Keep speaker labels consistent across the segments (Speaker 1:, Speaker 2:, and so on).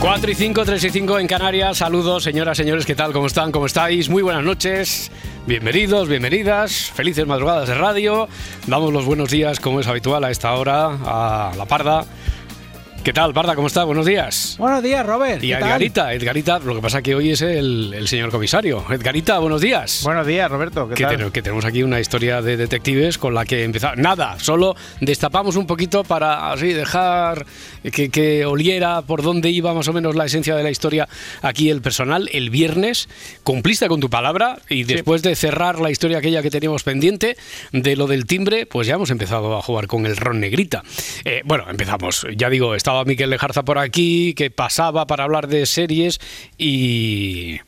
Speaker 1: Cuatro y cinco, tres y cinco en Canarias. Saludos, señoras, señores, ¿qué tal? ¿Cómo están? ¿Cómo estáis? Muy buenas noches. Bienvenidos, bienvenidas. Felices madrugadas de radio. Damos los buenos días, como es habitual a esta hora, a la parda. ¿Qué tal, parda? ¿Cómo está? Buenos días.
Speaker 2: Buenos días, Robert.
Speaker 1: Y
Speaker 2: ¿Qué
Speaker 1: a
Speaker 2: tal?
Speaker 1: Edgarita, Edgarita, lo que pasa que hoy es el, el señor comisario. Edgarita, buenos días.
Speaker 2: Buenos días, Roberto. ¿Qué,
Speaker 1: Que,
Speaker 2: tal?
Speaker 1: ten- que tenemos aquí una historia de detectives con la que empezar. Nada, solo destapamos un poquito para así dejar que, que oliera por dónde iba más o menos la esencia de la historia aquí el personal. El viernes cumpliste con tu palabra y después de cerrar la historia aquella que teníamos pendiente de lo del timbre, pues ya hemos empezado a jugar con el ron negrita. Eh, bueno, empezamos. Ya digo, estaba Miquel Lejarza por aquí, que pasaba para hablar de series y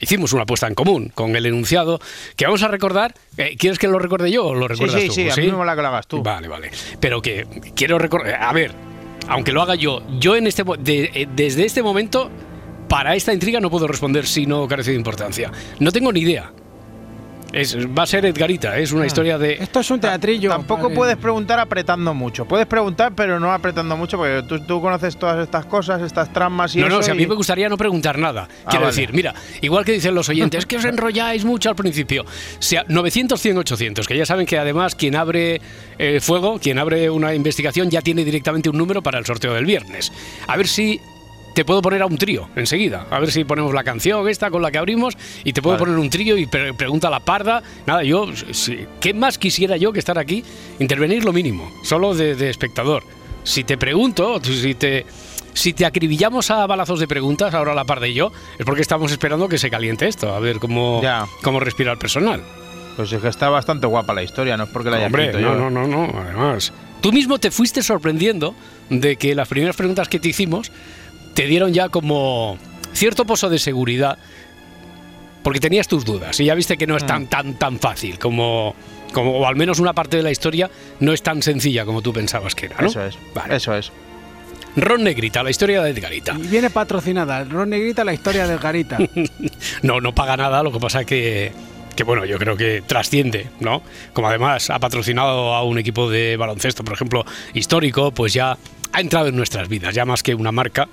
Speaker 1: hicimos una apuesta en común con el enunciado que vamos a recordar. Eh, ¿Quieres que lo recuerde yo o lo
Speaker 2: Sí,
Speaker 1: recuerdas
Speaker 2: sí,
Speaker 1: tú?
Speaker 2: sí, a mí me mola que lo hagas tú.
Speaker 1: Vale, vale. Pero que quiero recordar. A ver, aunque lo haga yo, yo en este mo- de- eh, desde este momento para esta intriga no puedo responder si no carece de importancia. No tengo ni idea. Es, va a ser Edgarita, es una historia de. Ah,
Speaker 2: Esto es un teatrillo.
Speaker 3: Ah. Tampoco
Speaker 2: Vale.
Speaker 3: puedes preguntar apretando mucho. Puedes preguntar, pero no apretando mucho, porque tú, tú conoces todas estas cosas, estas tramas y
Speaker 1: No, no,
Speaker 3: eso,
Speaker 1: si a mí
Speaker 3: y-
Speaker 1: me gustaría no preguntar nada.
Speaker 3: Ah,
Speaker 1: Quiero
Speaker 3: vale.
Speaker 1: decir, mira, igual que dicen los oyentes, que os enrolláis mucho al principio. Sea 900, 100, 800, que ya saben que además quien abre eh, fuego, quien abre una investigación, ya tiene directamente un número para el sorteo del viernes. A ver si te puedo poner a un trío enseguida. A ver si ponemos la canción esta con la que abrimos y te puedo poner un trío y pre- pregunta a la parda. Nada, yo, si- ¿qué más quisiera yo que estar aquí? Intervenir lo mínimo, solo de, de espectador. Si te pregunto, si te... Si te acribillamos a balazos de preguntas, ahora la parda y yo, es porque estamos esperando que se caliente esto, a ver cómo,
Speaker 3: Ya.
Speaker 1: cómo respira el personal.
Speaker 3: Pues es que está bastante guapa la historia, no es porque la haya
Speaker 1: Hombre,
Speaker 3: escrito
Speaker 1: no,
Speaker 3: yo.
Speaker 1: no, no, no, además. Tú mismo te fuiste sorprendiendo de que las primeras preguntas que te hicimos te dieron ya como cierto pozo de seguridad, porque tenías tus dudas y ya viste que no es
Speaker 3: Mm.
Speaker 1: tan, tan, tan fácil como, como, o al menos una parte de la historia no es tan sencilla como tú pensabas que era, ¿no?
Speaker 3: Eso es,
Speaker 1: Vale.
Speaker 3: eso es.
Speaker 1: Ron Negrita, la historia de Edgarita.
Speaker 2: Y viene patrocinada. Ron Negrita, la historia del Garita.
Speaker 1: No, no paga nada, lo que pasa que, que bueno, yo creo que trasciende, ¿no? Como además ha patrocinado a un equipo de baloncesto, por ejemplo, histórico, pues ya ha entrado en nuestras vidas, ya más que una marca.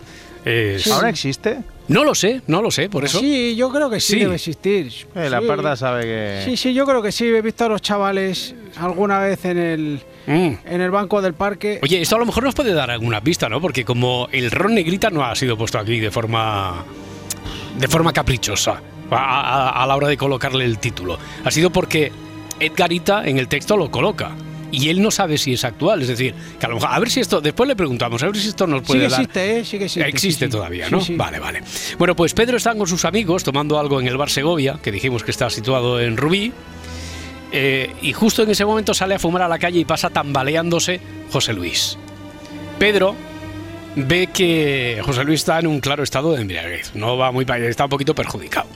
Speaker 1: es-
Speaker 3: ¿Ahora existe?
Speaker 1: No lo sé, no lo sé, por eso.
Speaker 2: Ah, Sí, yo creo que sí,
Speaker 1: Sí.
Speaker 2: debe existir.
Speaker 3: Eh, La
Speaker 2: Sí.
Speaker 3: parda sabe que.
Speaker 2: Sí, sí, yo creo que sí. He visto a los chavales alguna vez en el,
Speaker 1: Mm.
Speaker 2: en el banco del parque.
Speaker 1: Oye, esto a lo mejor nos puede dar alguna pista, ¿no? Porque como el ron negrita no ha sido puesto aquí de forma. de forma caprichosa a, a- a la hora de colocarle el título. Ha sido porque Edgarita en el texto lo coloca. Y él no sabe si es actual, es decir, que a lo mejor. A ver si esto. Después le preguntamos, a ver si esto nos
Speaker 2: sí
Speaker 1: puede
Speaker 2: que
Speaker 1: dar.
Speaker 2: existe, ¿eh? Sí que existe.
Speaker 1: Existe
Speaker 2: sí, sí.
Speaker 1: todavía,
Speaker 2: Sí,
Speaker 1: ¿no?
Speaker 2: sí.
Speaker 1: Vale, vale. Bueno, pues Pedro está con sus amigos tomando algo en el Bar Segovia, que dijimos que está situado en Rubí. eh, y justo en ese momento sale a fumar a la calle y pasa tambaleándose José Luis. Pedro ve que José Luis está en un claro estado de embriaguez. No va muy pa- está un poquito perjudicado.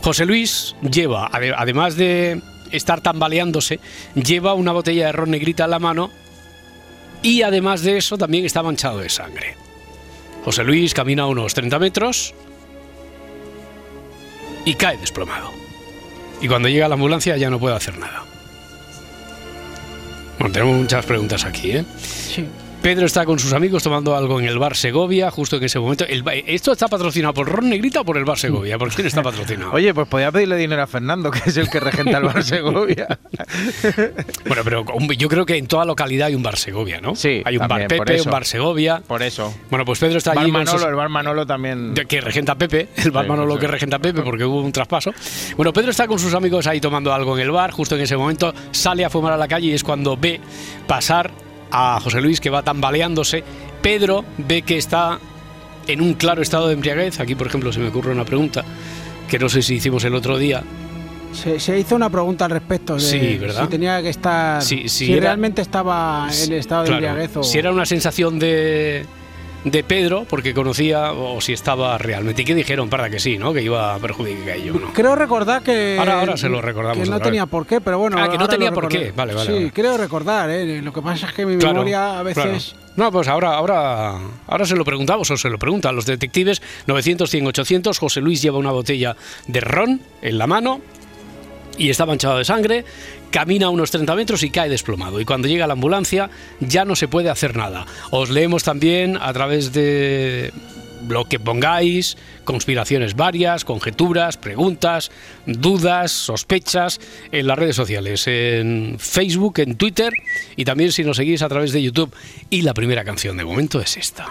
Speaker 1: José Luis lleva, ade- además de estar tambaleándose, lleva una botella de ron negrita en la mano y además de eso también está manchado de sangre. José Luis camina unos 30 metros y cae desplomado. Y cuando llega la ambulancia ya no puede hacer nada. Bueno, tenemos muchas preguntas aquí, ¿eh?
Speaker 2: Sí.
Speaker 1: Pedro está con sus amigos tomando algo en el bar Segovia, justo en ese momento. El ba- ¿Esto está patrocinado por Ron Negrita o por el bar Segovia? ¿Por quién está patrocinado?
Speaker 3: Oye, pues podía pedirle dinero a Fernando, que es el que regenta el Bar Segovia.
Speaker 1: Bueno, pero hombre, yo creo que en toda localidad hay un bar Segovia, ¿no?
Speaker 3: Sí,
Speaker 1: Hay un bar
Speaker 3: también, por
Speaker 1: Pepe,
Speaker 3: eso.
Speaker 1: un bar Segovia.
Speaker 3: Por eso.
Speaker 1: Bueno, pues Pedro está allí
Speaker 3: Bar
Speaker 1: con sus-
Speaker 3: Manolo, el Bar Manolo también.
Speaker 1: De- que regenta Pepe, el bar
Speaker 3: Sí,
Speaker 1: Manolo
Speaker 3: sí.
Speaker 1: que regenta Pepe, porque hubo un traspaso. Bueno, Pedro está con sus amigos ahí tomando algo en el bar, justo en ese momento sale a fumar a la calle y es cuando ve pasar a José Luis que va tambaleándose. Pedro ve que está en un claro estado de embriaguez. Aquí, por ejemplo, se me ocurre una pregunta que no sé si hicimos el otro día.
Speaker 2: Se, se hizo una pregunta al respecto de
Speaker 1: Sí, ¿verdad?
Speaker 2: si tenía que estar,
Speaker 1: Sí, sí,
Speaker 2: si
Speaker 1: era-
Speaker 2: realmente estaba Ah, en estado de
Speaker 1: Claro,
Speaker 2: embriaguez o
Speaker 1: Si era una sensación de, de Pedro, porque conocía, o si estaba realmente. ¿Y qué dijeron? Para que sí, ¿no? Que iba a perjudicar a ello, ¿no?
Speaker 2: Creo recordar que.
Speaker 1: Ahora- ahora se lo recordamos
Speaker 2: Que no
Speaker 1: otra
Speaker 2: tenía
Speaker 1: vez.
Speaker 2: por qué, pero bueno.
Speaker 1: Ah, que no
Speaker 2: ahora
Speaker 1: tenía
Speaker 2: lo
Speaker 1: por qué.
Speaker 2: recordaré.
Speaker 1: Vale, vale,
Speaker 2: Sí,
Speaker 1: vale.
Speaker 2: creo recordar, ¿eh? Lo que pasa es que mi
Speaker 1: Claro,
Speaker 2: memoria a
Speaker 1: claro.
Speaker 2: veces.
Speaker 1: No, pues ahora, ahora, ahora se lo preguntamos o se lo preguntan los detectives 900, 100, 800. José Luis lleva una botella de ron en la mano y está manchado de sangre. Camina unos 30 metros y cae desplomado. Y cuando llega la ambulancia ya no se puede hacer nada. Os leemos también a través de lo que pongáis, conspiraciones varias, conjeturas, preguntas, dudas, sospechas en las redes sociales, en Facebook, en Twitter y también si nos seguís a través de YouTube. Y la primera canción de momento es esta.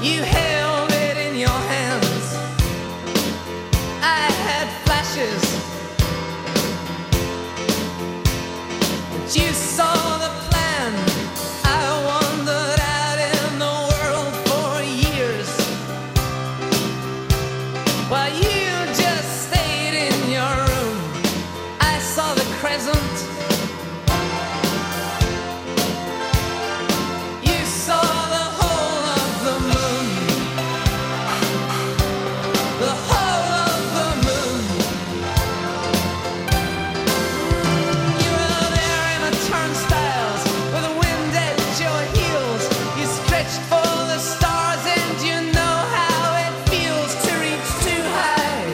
Speaker 4: You held it in your hands. I had flashes. But you saw the plan. I wandered out in the world for years. While you just stayed in your room. I saw the crescent. You saw the whole of the moon. The whole of the moon. You were there in the turnstiles with the wind at your heels. You stretched for the stars and you know how it feels to reach too high.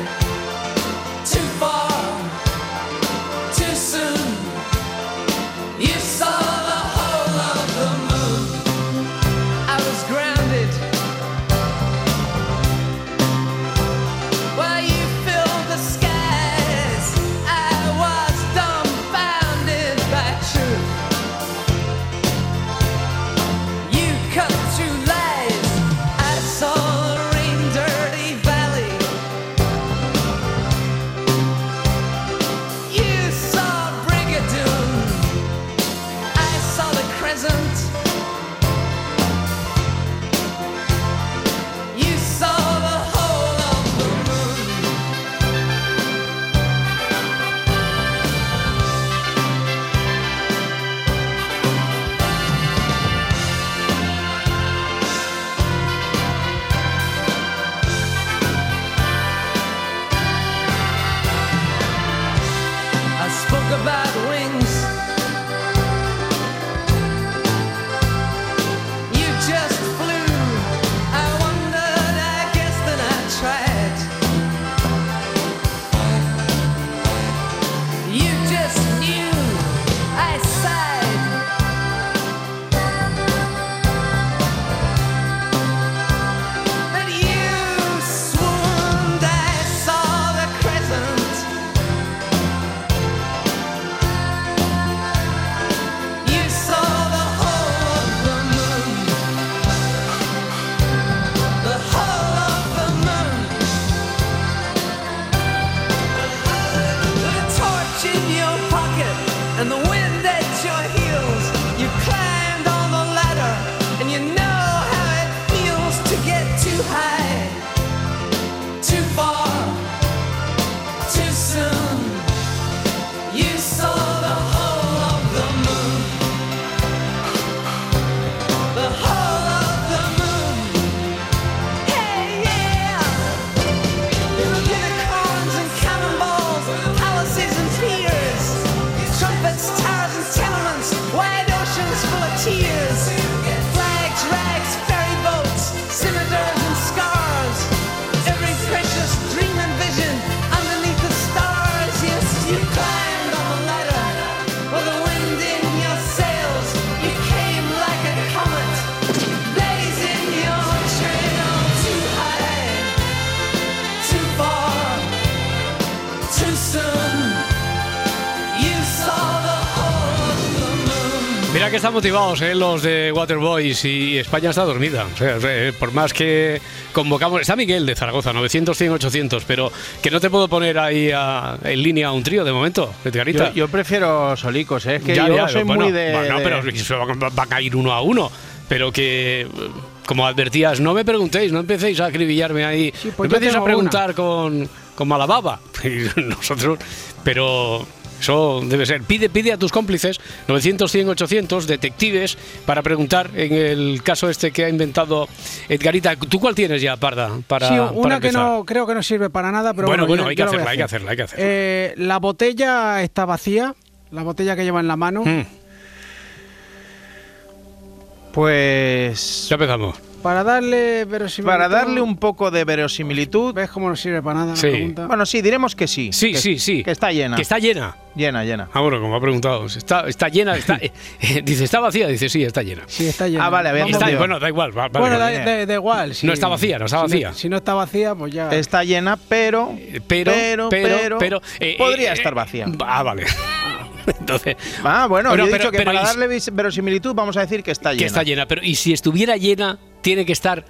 Speaker 1: Mira que están motivados ¿eh? los de Waterboys y España está dormida. O sea, eh, por más que convocamos. Está Miguel de Zaragoza, 900, 100, 800, pero que no te puedo poner ahí a- en línea a un trío de momento, Edgarita.
Speaker 3: Yo, yo prefiero solicos, ¿eh? es que yo soy
Speaker 1: bueno,
Speaker 3: muy de.
Speaker 1: bueno,
Speaker 3: de-
Speaker 1: pero se va, va a caer uno a uno. Pero que, eh, como advertías, no me preguntéis, no empecéis a acribillarme ahí.
Speaker 2: Sí,
Speaker 1: no
Speaker 2: pues yo
Speaker 1: empecéis a
Speaker 2: tengo
Speaker 1: preguntar con, con mala baba. Y Nosotros, pero eso debe ser. Pide, pide a tus cómplices, 900, 100, 800, detectives, para preguntar en el caso este que ha inventado Edgarita. ¿Tú cuál tienes ya, Parda? Para,
Speaker 2: Sí,
Speaker 1: para
Speaker 2: una que
Speaker 1: empezar?
Speaker 2: no creo que no sirve para nada, pero
Speaker 1: Bueno, bueno,
Speaker 2: bueno, yo-
Speaker 1: hay
Speaker 2: yo
Speaker 1: que
Speaker 2: la voy a
Speaker 1: hacerla, hay que
Speaker 2: hacer.
Speaker 1: hacerla, hay que hacerla.
Speaker 2: Eh, la botella está vacía, la botella que lleva en la mano.
Speaker 1: Mm,
Speaker 3: Pues.
Speaker 1: ya empezamos.
Speaker 2: Para darle verosimilitud.
Speaker 3: Para darle un poco de verosimilitud.
Speaker 2: ¿Ves cómo no sirve para nada? la
Speaker 1: Sí.
Speaker 2: pregunta?
Speaker 3: Bueno, sí, diremos que sí.
Speaker 1: Sí,
Speaker 3: que-
Speaker 1: sí, sí.
Speaker 3: Que está llena.
Speaker 1: Que está llena.
Speaker 3: Llena, llena.
Speaker 1: Ah, bueno, como ha preguntado, está, está llena, está, eh, eh, dice, ¿está vacía? Dice, sí, está llena.
Speaker 2: Sí, está llena.
Speaker 3: Ah, vale, había
Speaker 2: Vamos-
Speaker 1: Está-
Speaker 3: Dios.
Speaker 1: bueno, da igual, va- vale,
Speaker 2: bueno, da,
Speaker 1: vale.
Speaker 3: bien.
Speaker 2: da- da igual. si-
Speaker 1: está vacía, no está
Speaker 2: si
Speaker 1: vacía.
Speaker 2: si no está vacía, pues ya.
Speaker 3: Está llena, pero.
Speaker 1: Eh, pero, pero, pero, eh,
Speaker 3: podría
Speaker 1: eh,
Speaker 3: estar
Speaker 1: eh,
Speaker 3: vacía.
Speaker 1: Ah, vale. Entonces,
Speaker 3: Ah, bueno,
Speaker 1: Bueno,
Speaker 3: yo he
Speaker 1: pero-
Speaker 3: dicho que
Speaker 1: pero
Speaker 3: para
Speaker 1: y-
Speaker 3: darle vis- verosimilitud vamos a decir que está llena.
Speaker 1: que está llena, pero ¿y si estuviera llena, tiene que estar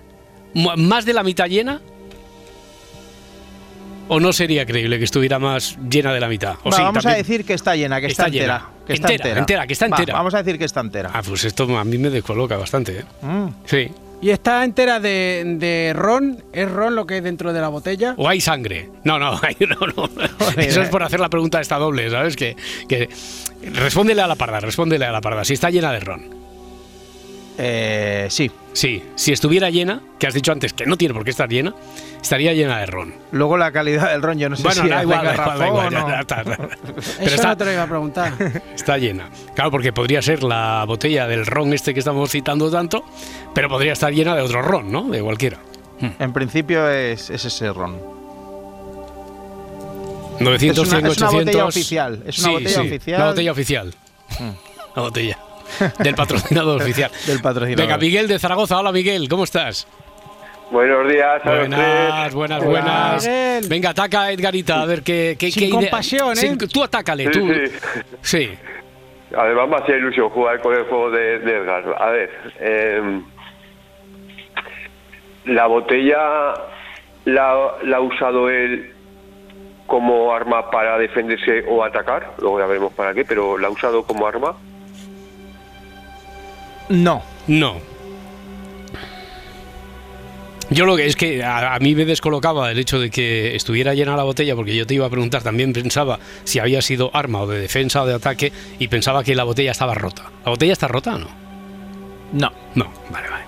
Speaker 1: mu- más de la mitad llena? ¿O no sería creíble que estuviera más llena de la mitad? ¿O
Speaker 3: Va,
Speaker 1: sí,
Speaker 3: vamos a
Speaker 1: también?
Speaker 3: decir que está llena, que
Speaker 1: Está
Speaker 3: está,
Speaker 1: llena.
Speaker 3: entera, que está
Speaker 1: Entera,
Speaker 3: entera.
Speaker 1: entera, que está
Speaker 3: Va,
Speaker 1: entera.
Speaker 3: vamos a decir que está entera.
Speaker 1: Ah, pues esto a mí me descoloca bastante, ¿eh?
Speaker 3: Mm.
Speaker 1: Sí.
Speaker 2: Y está entera de, de ron. ¿Es ron lo que hay dentro de la botella?
Speaker 1: ¿O hay sangre? No, no, hay- no, no. Eso es por hacer la pregunta esta doble, ¿sabes? Que, que- respóndele a la parda, respóndele a la parda. Si está llena de ron.
Speaker 3: Eh, sí.
Speaker 1: Sí, si estuviera llena, que has dicho antes que no tiene por qué estar llena, estaría llena de ron.
Speaker 3: Luego la calidad del ron, yo no sé
Speaker 1: Bueno,
Speaker 3: si
Speaker 1: da
Speaker 3: era
Speaker 1: igual,
Speaker 3: de
Speaker 1: da igual, da
Speaker 3: garrafón
Speaker 1: igual, ya,
Speaker 3: o-
Speaker 1: ya está. Pero
Speaker 2: Eso
Speaker 1: está,
Speaker 2: no te lo iba a preguntar.
Speaker 1: está llena. Claro, porque podría ser la botella del ron este que estamos citando tanto, pero podría estar llena de otro ron, ¿no? De cualquiera. Hmm.
Speaker 3: En principio es, es ese ron.
Speaker 1: 900,
Speaker 3: Es una-
Speaker 1: 100,
Speaker 3: es una
Speaker 1: 800.
Speaker 3: botella oficial, es una botella oficial. Hmm.
Speaker 1: La botella oficial. La botella. Del patrocinador oficial.
Speaker 3: Del patrocinador.
Speaker 1: Venga, Miguel de Zaragoza. Hola, Miguel. ¿Cómo estás?
Speaker 5: Buenos días a
Speaker 1: Buenas,
Speaker 5: ustedes.
Speaker 1: buenas, buenas.
Speaker 2: Miguel.
Speaker 1: Venga, ataca Edgarita, a ver qué... qué,
Speaker 2: Sin
Speaker 1: qué idea-
Speaker 2: compasión, ¿eh?
Speaker 1: Sin- tú atácale,
Speaker 5: Sí,
Speaker 1: tú.
Speaker 5: sí.
Speaker 1: Sí.
Speaker 5: Además me hacía ilusión jugar con el juego de, de Edgar. A ver, eh, la botella la, la ha usado él como arma para defenderse o atacar. Luego ya veremos para qué, pero la ha usado como arma.
Speaker 3: No.
Speaker 1: No. Yo lo que es que a, a mí me descolocaba el hecho de que estuviera llena la botella, porque yo te iba a preguntar, también pensaba si había sido arma o de defensa o de ataque, y pensaba que la botella estaba rota. ¿La botella está rota o no?
Speaker 3: No.
Speaker 1: No, vale, vale.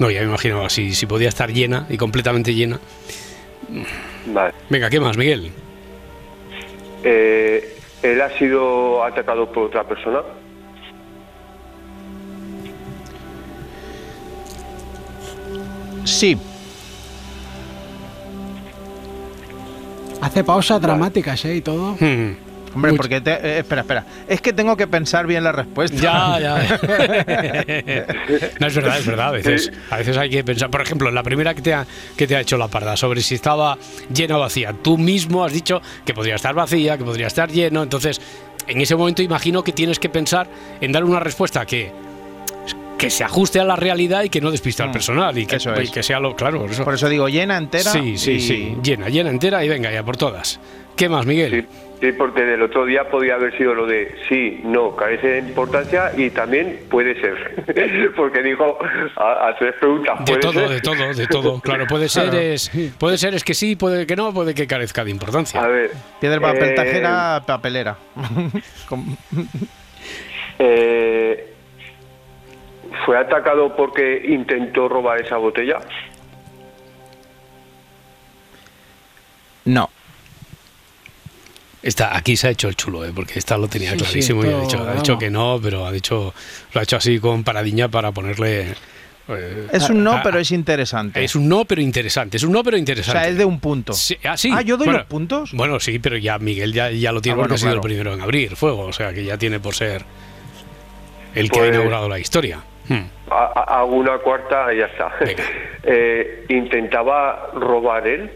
Speaker 1: No, ya me imaginaba, si, si podía estar llena y completamente llena.
Speaker 5: Vale.
Speaker 1: Venga, ¿qué más, Miguel?
Speaker 5: Eh, él ha sido atacado por otra persona.
Speaker 3: Sí.
Speaker 2: Hace pausas dramáticas, ¿eh? Y todo.
Speaker 1: Hmm.
Speaker 3: Hombre,
Speaker 1: Mucho.
Speaker 3: porque te- eh, espera, espera. Es que tengo que pensar bien la respuesta.
Speaker 1: Ya, ya. no, es verdad, es verdad. A veces, a veces hay que pensar. Por ejemplo, en la primera que te, ha, que te ha hecho la parda, sobre si estaba llena o vacía. Tú mismo has dicho que podría estar vacía, que podría estar lleno. Entonces, en ese momento imagino que tienes que pensar en dar una respuesta que que se ajuste a la realidad y que no despiste al
Speaker 3: Mm,
Speaker 1: personal y que,
Speaker 3: eso es.
Speaker 1: y que sea lo claro. por eso.
Speaker 3: Por eso digo llena entera.
Speaker 1: Sí, sí,
Speaker 3: y-
Speaker 1: sí. Llena, llena entera y venga, ya por todas. ¿Qué más, Miguel?
Speaker 5: Sí, sí, porque del otro día podía haber sido lo de sí, no, carece de importancia y también puede ser. porque dijo a, a tres preguntas.
Speaker 1: De
Speaker 5: ¿puede
Speaker 1: todo,
Speaker 5: ser?
Speaker 1: de todo, de todo. Claro, puede ser eh. es puede ser es que sí, puede que no, puede que carezca de importancia.
Speaker 5: A ver.
Speaker 3: Piedra, papel,
Speaker 5: eh,
Speaker 3: tijera, papelera. Con-
Speaker 5: eh, ¿Fue atacado porque intentó robar esa botella?
Speaker 3: no.
Speaker 1: Está, aquí se ha hecho el chulo, ¿eh? porque esta lo tenía
Speaker 2: Sí, sí,
Speaker 1: clarísimo y ha
Speaker 2: todo,
Speaker 1: dicho, ha
Speaker 2: vamos.
Speaker 1: dicho que no, pero ha dicho lo ha hecho así con paradiña para ponerle. eh,
Speaker 3: Es un
Speaker 1: Ah,
Speaker 3: no, pero
Speaker 1: ah,
Speaker 3: es interesante.
Speaker 1: es un no, pero interesante. Es un no, pero
Speaker 3: o
Speaker 1: interesante.
Speaker 3: sea, es de un punto.
Speaker 1: Sí, ah, sí.
Speaker 3: Ah, yo doy
Speaker 1: Bueno,
Speaker 3: los puntos.
Speaker 1: Bueno, sí, pero ya Miguel ya, ya lo tiene
Speaker 3: Ah,
Speaker 1: porque
Speaker 3: bueno,
Speaker 1: ha sido el
Speaker 3: claro.
Speaker 1: primero en abrir fuego, o sea que ya tiene por ser el que ha
Speaker 5: Pues-
Speaker 1: inaugurado la historia. Hmm.
Speaker 5: A- a- Hago una cuarta y ya está.
Speaker 1: Venga.
Speaker 5: Eh, ¿Intentaba robar él?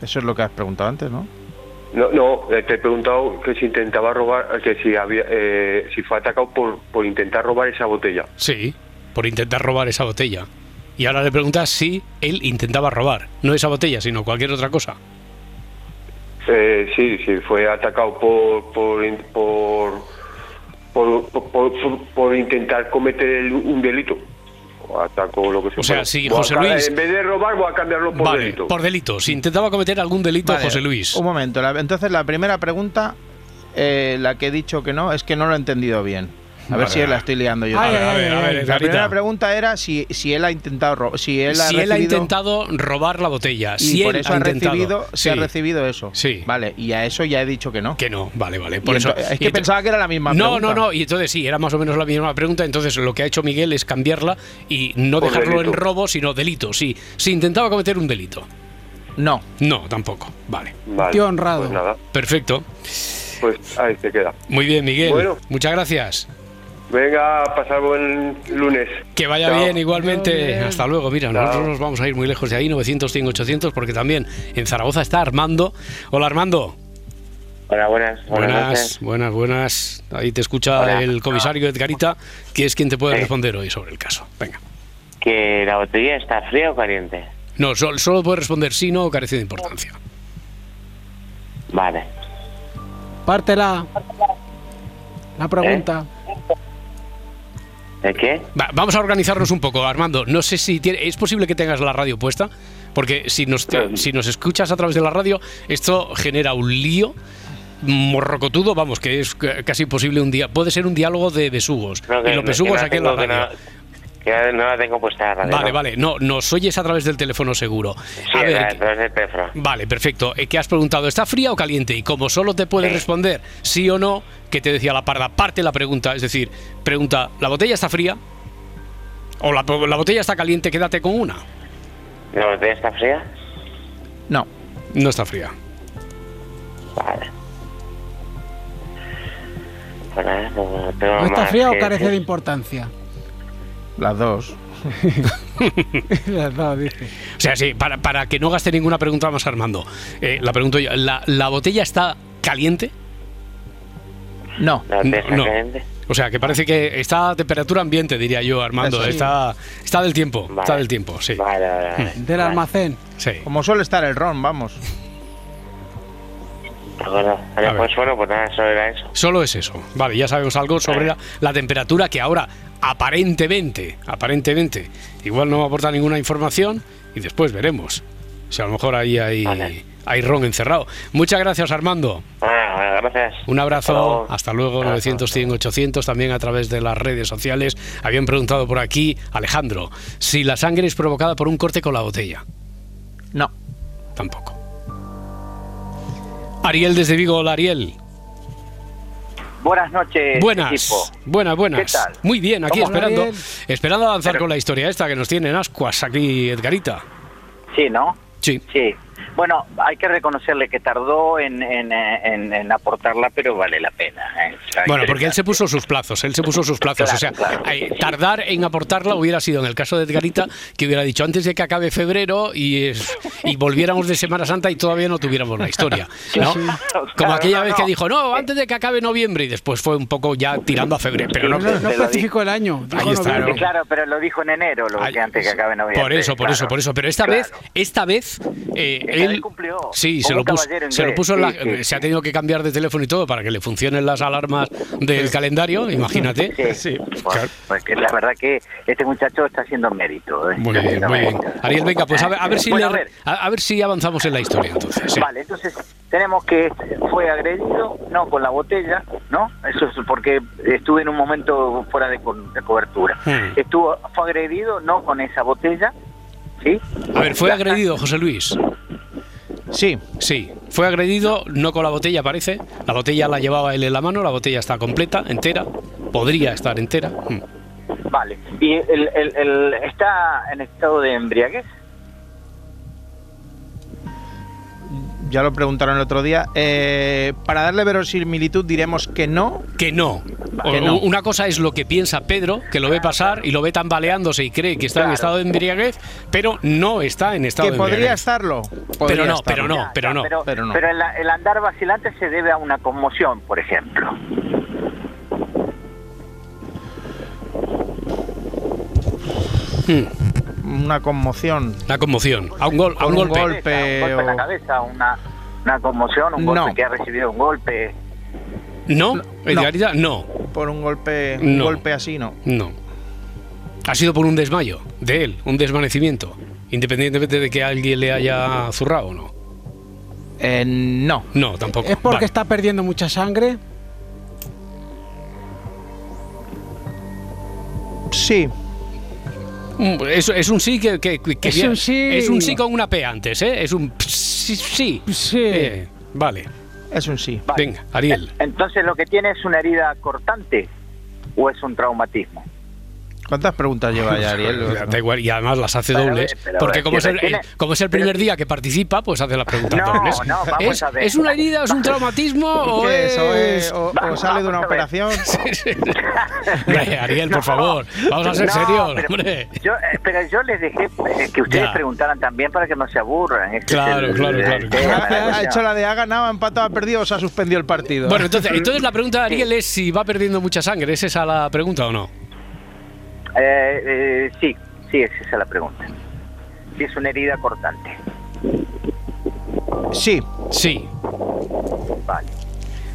Speaker 3: Eso es lo que has preguntado antes, ¿no?
Speaker 5: No, no, eh, te he preguntado que si intentaba robar, eh, que si había, eh, si fue atacado por, por intentar robar esa botella.
Speaker 1: Sí, por intentar robar esa botella. Y ahora le preguntas si él intentaba robar, no esa botella, sino cualquier otra cosa.
Speaker 5: Eh, sí, sí, fue atacado por por in- por, por, por- por- por intentar cometer el- un delito. Ataco lo que se
Speaker 1: O sea,
Speaker 5: pueda.
Speaker 1: si
Speaker 5: Voy a
Speaker 1: José
Speaker 5: ca-
Speaker 1: Luis-
Speaker 5: En vez de robar, voy a cambiarlo por
Speaker 1: vale,
Speaker 5: delito.
Speaker 1: por delito. Si intentaba cometer algún delito,
Speaker 3: Vale,
Speaker 1: José Luis.
Speaker 3: Un momento, la- entonces la primera pregunta, eh, la que he dicho que no, es que no lo he entendido bien. A ver
Speaker 1: Vale.
Speaker 3: si la estoy liando yo.
Speaker 1: A
Speaker 2: Ay,
Speaker 1: ver, a
Speaker 2: ay,
Speaker 1: ver, a
Speaker 2: ay,
Speaker 1: ver,
Speaker 2: ay.
Speaker 3: la
Speaker 1: Clarita.
Speaker 3: primera pregunta era si, si él ha intentado robar. Si él ha,
Speaker 1: si él ha
Speaker 3: recibido-
Speaker 1: intentado robar la botella.
Speaker 3: Y
Speaker 1: si
Speaker 3: por
Speaker 1: él
Speaker 3: eso
Speaker 1: ha
Speaker 3: ha
Speaker 1: intentado.
Speaker 3: recibido,
Speaker 1: Sí,
Speaker 3: se ha recibido eso.
Speaker 1: Sí.
Speaker 3: Vale, y a eso ya he dicho que no.
Speaker 1: Que no, vale, vale.
Speaker 3: Y
Speaker 1: Por eso.
Speaker 3: ento- es
Speaker 1: y
Speaker 3: que
Speaker 1: ento-
Speaker 3: pensaba que era la misma
Speaker 1: No, no,
Speaker 3: pregunta.
Speaker 1: no. Y entonces sí, era más o menos la misma pregunta. Entonces lo que ha hecho Miguel es cambiarla y no
Speaker 5: Por
Speaker 1: dejarlo en
Speaker 5: delito.
Speaker 1: robo, sino delito. Sí, si intentaba cometer un delito.
Speaker 3: No.
Speaker 1: No, tampoco. Vale.
Speaker 5: Vale,
Speaker 2: Tío honrado.
Speaker 5: Pues nada,
Speaker 1: Perfecto.
Speaker 5: pues ahí se queda.
Speaker 1: Muy bien, Miguel.
Speaker 5: Bueno.
Speaker 1: Muchas gracias.
Speaker 5: Venga, a pasar buen lunes.
Speaker 1: Que vaya
Speaker 5: Chao.
Speaker 1: bien igualmente.
Speaker 2: Bien.
Speaker 1: Hasta luego. Mira, nosotros nos vamos a ir muy lejos de ahí, 900, 100, 800, porque también en Zaragoza está Armando. Hola, Armando.
Speaker 6: Hola, buenas.
Speaker 1: Buenas, buenas, buenas. Ahí te escucha
Speaker 6: Hola.
Speaker 1: el comisario Edgarita, que es quien te puede
Speaker 6: Sí.
Speaker 1: responder hoy sobre el caso. Venga.
Speaker 6: ¿Que la botella está fría o caliente?
Speaker 1: No, sol- solo puede responder sí, no o carece de importancia.
Speaker 6: Vale.
Speaker 2: Pártela. La pregunta.
Speaker 6: ¿El qué?
Speaker 1: Va, vamos a organizarnos un poco, Armando. No sé si tiene- es posible que tengas la radio puesta, porque si nos,
Speaker 6: Eh.
Speaker 1: te- si nos escuchas a través de la radio, esto genera un lío morrocotudo, vamos, que es c- casi imposible un día. Puede ser un diálogo de besugos.
Speaker 6: Creo que
Speaker 1: y
Speaker 6: no-
Speaker 1: los
Speaker 6: que
Speaker 1: besugos
Speaker 6: no
Speaker 1: aquí en la
Speaker 6: tengo- que
Speaker 1: radio.
Speaker 6: no- Que no la tengo puesta en la radio.
Speaker 1: Vale,
Speaker 6: ¿no?
Speaker 1: vale. No, nos oyes a través del teléfono seguro.
Speaker 6: Sí,
Speaker 1: a ver,
Speaker 6: a través del teléfono.
Speaker 1: Vale, perfecto. Eh, ¿Qué has preguntado? ¿Está fría o caliente? Y como solo te puedes
Speaker 6: Sí.
Speaker 1: responder sí o no, que te decía la parda, parte la pregunta. Es decir, pregunta, ¿la botella está fría? O la, la botella está caliente, quédate con una.
Speaker 6: ¿La botella está fría?
Speaker 3: No.
Speaker 1: No está fría.
Speaker 6: Vale. Pues nada, no tengo
Speaker 2: ¿No está
Speaker 6: más
Speaker 2: fría
Speaker 1: eh,
Speaker 2: o
Speaker 6: que
Speaker 2: carece de
Speaker 6: decir.
Speaker 2: importancia?
Speaker 3: Las dos.
Speaker 2: Las dos, dice.
Speaker 1: O sea, sí, para, para que no gaste ninguna pregunta más Armando. Eh, la pregunto yo, ¿la, la botella está caliente? Mm,
Speaker 3: No.
Speaker 6: ¿La botella está
Speaker 1: No.
Speaker 6: caliente?
Speaker 1: O sea, que parece que está a temperatura ambiente, diría yo, Armando.
Speaker 3: Eso sí.
Speaker 1: Está, está del tiempo,
Speaker 6: Vale.
Speaker 1: está del tiempo, sí. Mm.
Speaker 6: Vale, vale, vale.
Speaker 2: Del almacén.
Speaker 1: sí.
Speaker 3: Como suele estar el ron, vamos.
Speaker 6: De acuerdo. Vale,
Speaker 1: A ver.
Speaker 6: pues bueno, pues nada, solo era eso.
Speaker 1: Solo es eso. Vale, ya sabemos algo sobre la, la temperatura que ahora aparentemente, aparentemente, igual no aporta ninguna información y después veremos. Si a lo mejor ahí hay,
Speaker 6: Vale. Ah,
Speaker 1: hay ron encerrado. Muchas gracias Armando.
Speaker 6: Bueno, bueno, gracias.
Speaker 1: Un abrazo. Hasta luego,
Speaker 6: Abrazo.
Speaker 1: 900, 100, 800, también a través de las redes sociales. Habían preguntado por aquí, Alejandro, si la sangre es provocada por un corte con la botella.
Speaker 3: No.
Speaker 1: Tampoco. Ariel desde Vigo, hola Ariel.
Speaker 6: Buenas noches,
Speaker 1: Buenas, buenas, buenas.
Speaker 6: Eh, ¿Qué tal?
Speaker 1: Muy bien, aquí
Speaker 2: Hola,
Speaker 1: esperando,
Speaker 2: Ariel.
Speaker 1: esperando avanzar
Speaker 6: Pero-
Speaker 1: con la historia esta que nos tiene en ascuas aquí Edgarita.
Speaker 6: Sí, ¿no?
Speaker 1: Sí,
Speaker 6: Sí. Bueno, hay que reconocerle que tardó en, en, eh, en- en aportarla, pero vale la pena. ¿eh? O sea,
Speaker 1: bueno, porque él se
Speaker 6: interesante.
Speaker 1: puso sus plazos, él se puso sus plazos. o sea,
Speaker 6: Claro, claro.
Speaker 1: eh, tardar en aportarla hubiera sido en el caso de Edgarita que hubiera dicho antes de que acabe febrero y, es- y volviéramos de Semana Santa y todavía no tuviéramos la historia. ¿no? Como
Speaker 6: Claro,
Speaker 1: aquella
Speaker 6: no,
Speaker 1: vez
Speaker 6: no. Eh,
Speaker 1: que dijo, no, antes de que acabe noviembre y después fue un poco ya tirando a febrero. Pero no,
Speaker 2: No, no
Speaker 6: lo
Speaker 2: especificó el año. dijo
Speaker 1: Ahí está,
Speaker 2: noviembre.
Speaker 6: Sí, Claro, pero lo dijo en enero, lo
Speaker 1: Ay,
Speaker 6: que antes que acabe noviembre.
Speaker 1: Por eso, por
Speaker 6: claro.
Speaker 1: eso, por eso. Pero esta
Speaker 6: Claro.
Speaker 1: vez, esta vez, eh,
Speaker 6: Esta
Speaker 1: él
Speaker 6: vez cumplió,
Speaker 1: sí,
Speaker 6: como
Speaker 1: se lo
Speaker 6: un
Speaker 1: puso,
Speaker 6: caballero inglés.
Speaker 1: se lo puso en la-
Speaker 6: Sí, sí,
Speaker 1: eh, se ha
Speaker 6: sí.
Speaker 1: tenido que cambiar de teléfono y todo para que le funcionen las alarmas del calendario. Imagínate.
Speaker 6: Sí, Pues,
Speaker 1: Claro.
Speaker 6: porque la verdad que este muchacho está haciendo mérito. ¿eh?
Speaker 1: Muy
Speaker 6: Está
Speaker 1: bien,
Speaker 6: haciendo
Speaker 1: muy bien.
Speaker 6: mérito.
Speaker 1: Ariel, venga, pues a ver, a ver si
Speaker 6: Bueno,
Speaker 1: le-
Speaker 6: a ver.
Speaker 1: a- a ver si avanzamos en la historia entonces. sí.
Speaker 6: Vale, entonces tenemos que fue agredido, no con la botella, ¿no? Eso es porque estuve en un momento fuera de, co- de cobertura.
Speaker 1: Hmm.
Speaker 6: Estuvo, fue agredido, no con esa botella, ¿sí?
Speaker 1: A ver, fue agredido José Luis.
Speaker 3: Sí.
Speaker 1: Sí, fue agredido, no con la botella parece. La botella la llevaba él en la mano, la botella está completa, entera, podría estar entera. Mm.
Speaker 6: Vale. ¿Y el, el- el- está en estado de embriaguez?
Speaker 3: ya lo preguntaron el otro día. eh, para darle verosimilitud diremos que no.
Speaker 1: Que no. O-
Speaker 3: Que no.
Speaker 1: Una cosa es lo que piensa Pedro, que lo ve pasar y lo ve tambaleándose y cree que está en estado de embriaguez, pero no está en estado
Speaker 3: Que
Speaker 1: de
Speaker 3: podría
Speaker 1: embriaguez.
Speaker 3: estarlo.
Speaker 1: Pero
Speaker 3: podría
Speaker 1: no,
Speaker 3: estarlo.
Speaker 1: pero no, pero no.
Speaker 6: Pero,
Speaker 3: pero no.
Speaker 6: pero el, el andar vacilante se debe a una conmoción, por ejemplo.
Speaker 1: Hmm,
Speaker 3: Una conmoción.
Speaker 1: La conmoción. A un, gol, a un
Speaker 3: Con un
Speaker 1: golpe.
Speaker 3: gol. golpe
Speaker 6: Un golpe en la
Speaker 3: o-
Speaker 6: cabeza, una, una conmoción, un golpe
Speaker 3: No.
Speaker 6: que ha recibido un golpe.
Speaker 1: No, en
Speaker 3: No.
Speaker 1: realidad no.
Speaker 3: Por un golpe,
Speaker 1: No.
Speaker 3: un golpe así, no.
Speaker 1: No. Ha sido por un desmayo de él, un desvanecimiento, independientemente de que alguien le haya zurrado o no.
Speaker 3: Eh, no.
Speaker 1: No, tampoco.
Speaker 2: ¿Es porque
Speaker 1: Vale.
Speaker 2: está perdiendo mucha sangre?
Speaker 3: Sí.
Speaker 1: Mm, Es, es un sí que, que- que- que
Speaker 2: Es
Speaker 1: bien.
Speaker 2: un sí.
Speaker 1: Es un sí con una P antes, ¿eh? Es un sí. sí.
Speaker 2: Sí.
Speaker 1: Eh, vale.
Speaker 3: Es un sí.
Speaker 6: Vale.
Speaker 1: Venga, Ariel.
Speaker 6: Entonces lo que tiene es una herida cortante o es un traumatismo.
Speaker 3: ¿Cuántas preguntas lleva ya
Speaker 1: Ya,
Speaker 3: Ariel?
Speaker 1: Da igual, y además las hace
Speaker 6: Pero a ver,
Speaker 1: dobles,
Speaker 6: pero a
Speaker 1: porque
Speaker 6: ver,
Speaker 1: como es, el,
Speaker 6: tiene-
Speaker 1: el- como es el
Speaker 6: pero-
Speaker 1: primer día que participa, pues hace las preguntas
Speaker 6: No,
Speaker 1: dobles.
Speaker 6: no, vamos
Speaker 1: ¿Es,
Speaker 6: a ver.
Speaker 1: ¿Es una herida, es un traumatismo o
Speaker 3: ¿Qué
Speaker 1: es...?
Speaker 3: es? ¿O, es- o- o
Speaker 6: Vamos,
Speaker 3: sale de una
Speaker 6: vamos a ver.
Speaker 3: operación?
Speaker 1: Hombre, Ariel, por
Speaker 6: No.
Speaker 1: favor, vamos a ser
Speaker 6: No,
Speaker 1: serios,
Speaker 6: pero
Speaker 1: hombre.
Speaker 6: Yo, eh, pero yo les dejé eh, que ustedes
Speaker 1: Ya.
Speaker 6: preguntaran también para que no se aburran. Ese es
Speaker 1: Claro,
Speaker 6: el-
Speaker 1: claro,
Speaker 6: el-
Speaker 1: claro,
Speaker 6: el-
Speaker 1: claro.
Speaker 6: el-
Speaker 3: Ha hecho la de ha ganado, ha empatado, ha perdido o se ha suspendido el partido.
Speaker 1: Bueno, entonces, entonces la pregunta de Ariel es si va perdiendo mucha sangre. ¿Es esa la pregunta o no?
Speaker 6: Eh, eh, sí, sí, esa es la pregunta. Si es una herida cortante.
Speaker 3: sí.
Speaker 1: Sí.
Speaker 6: Vale.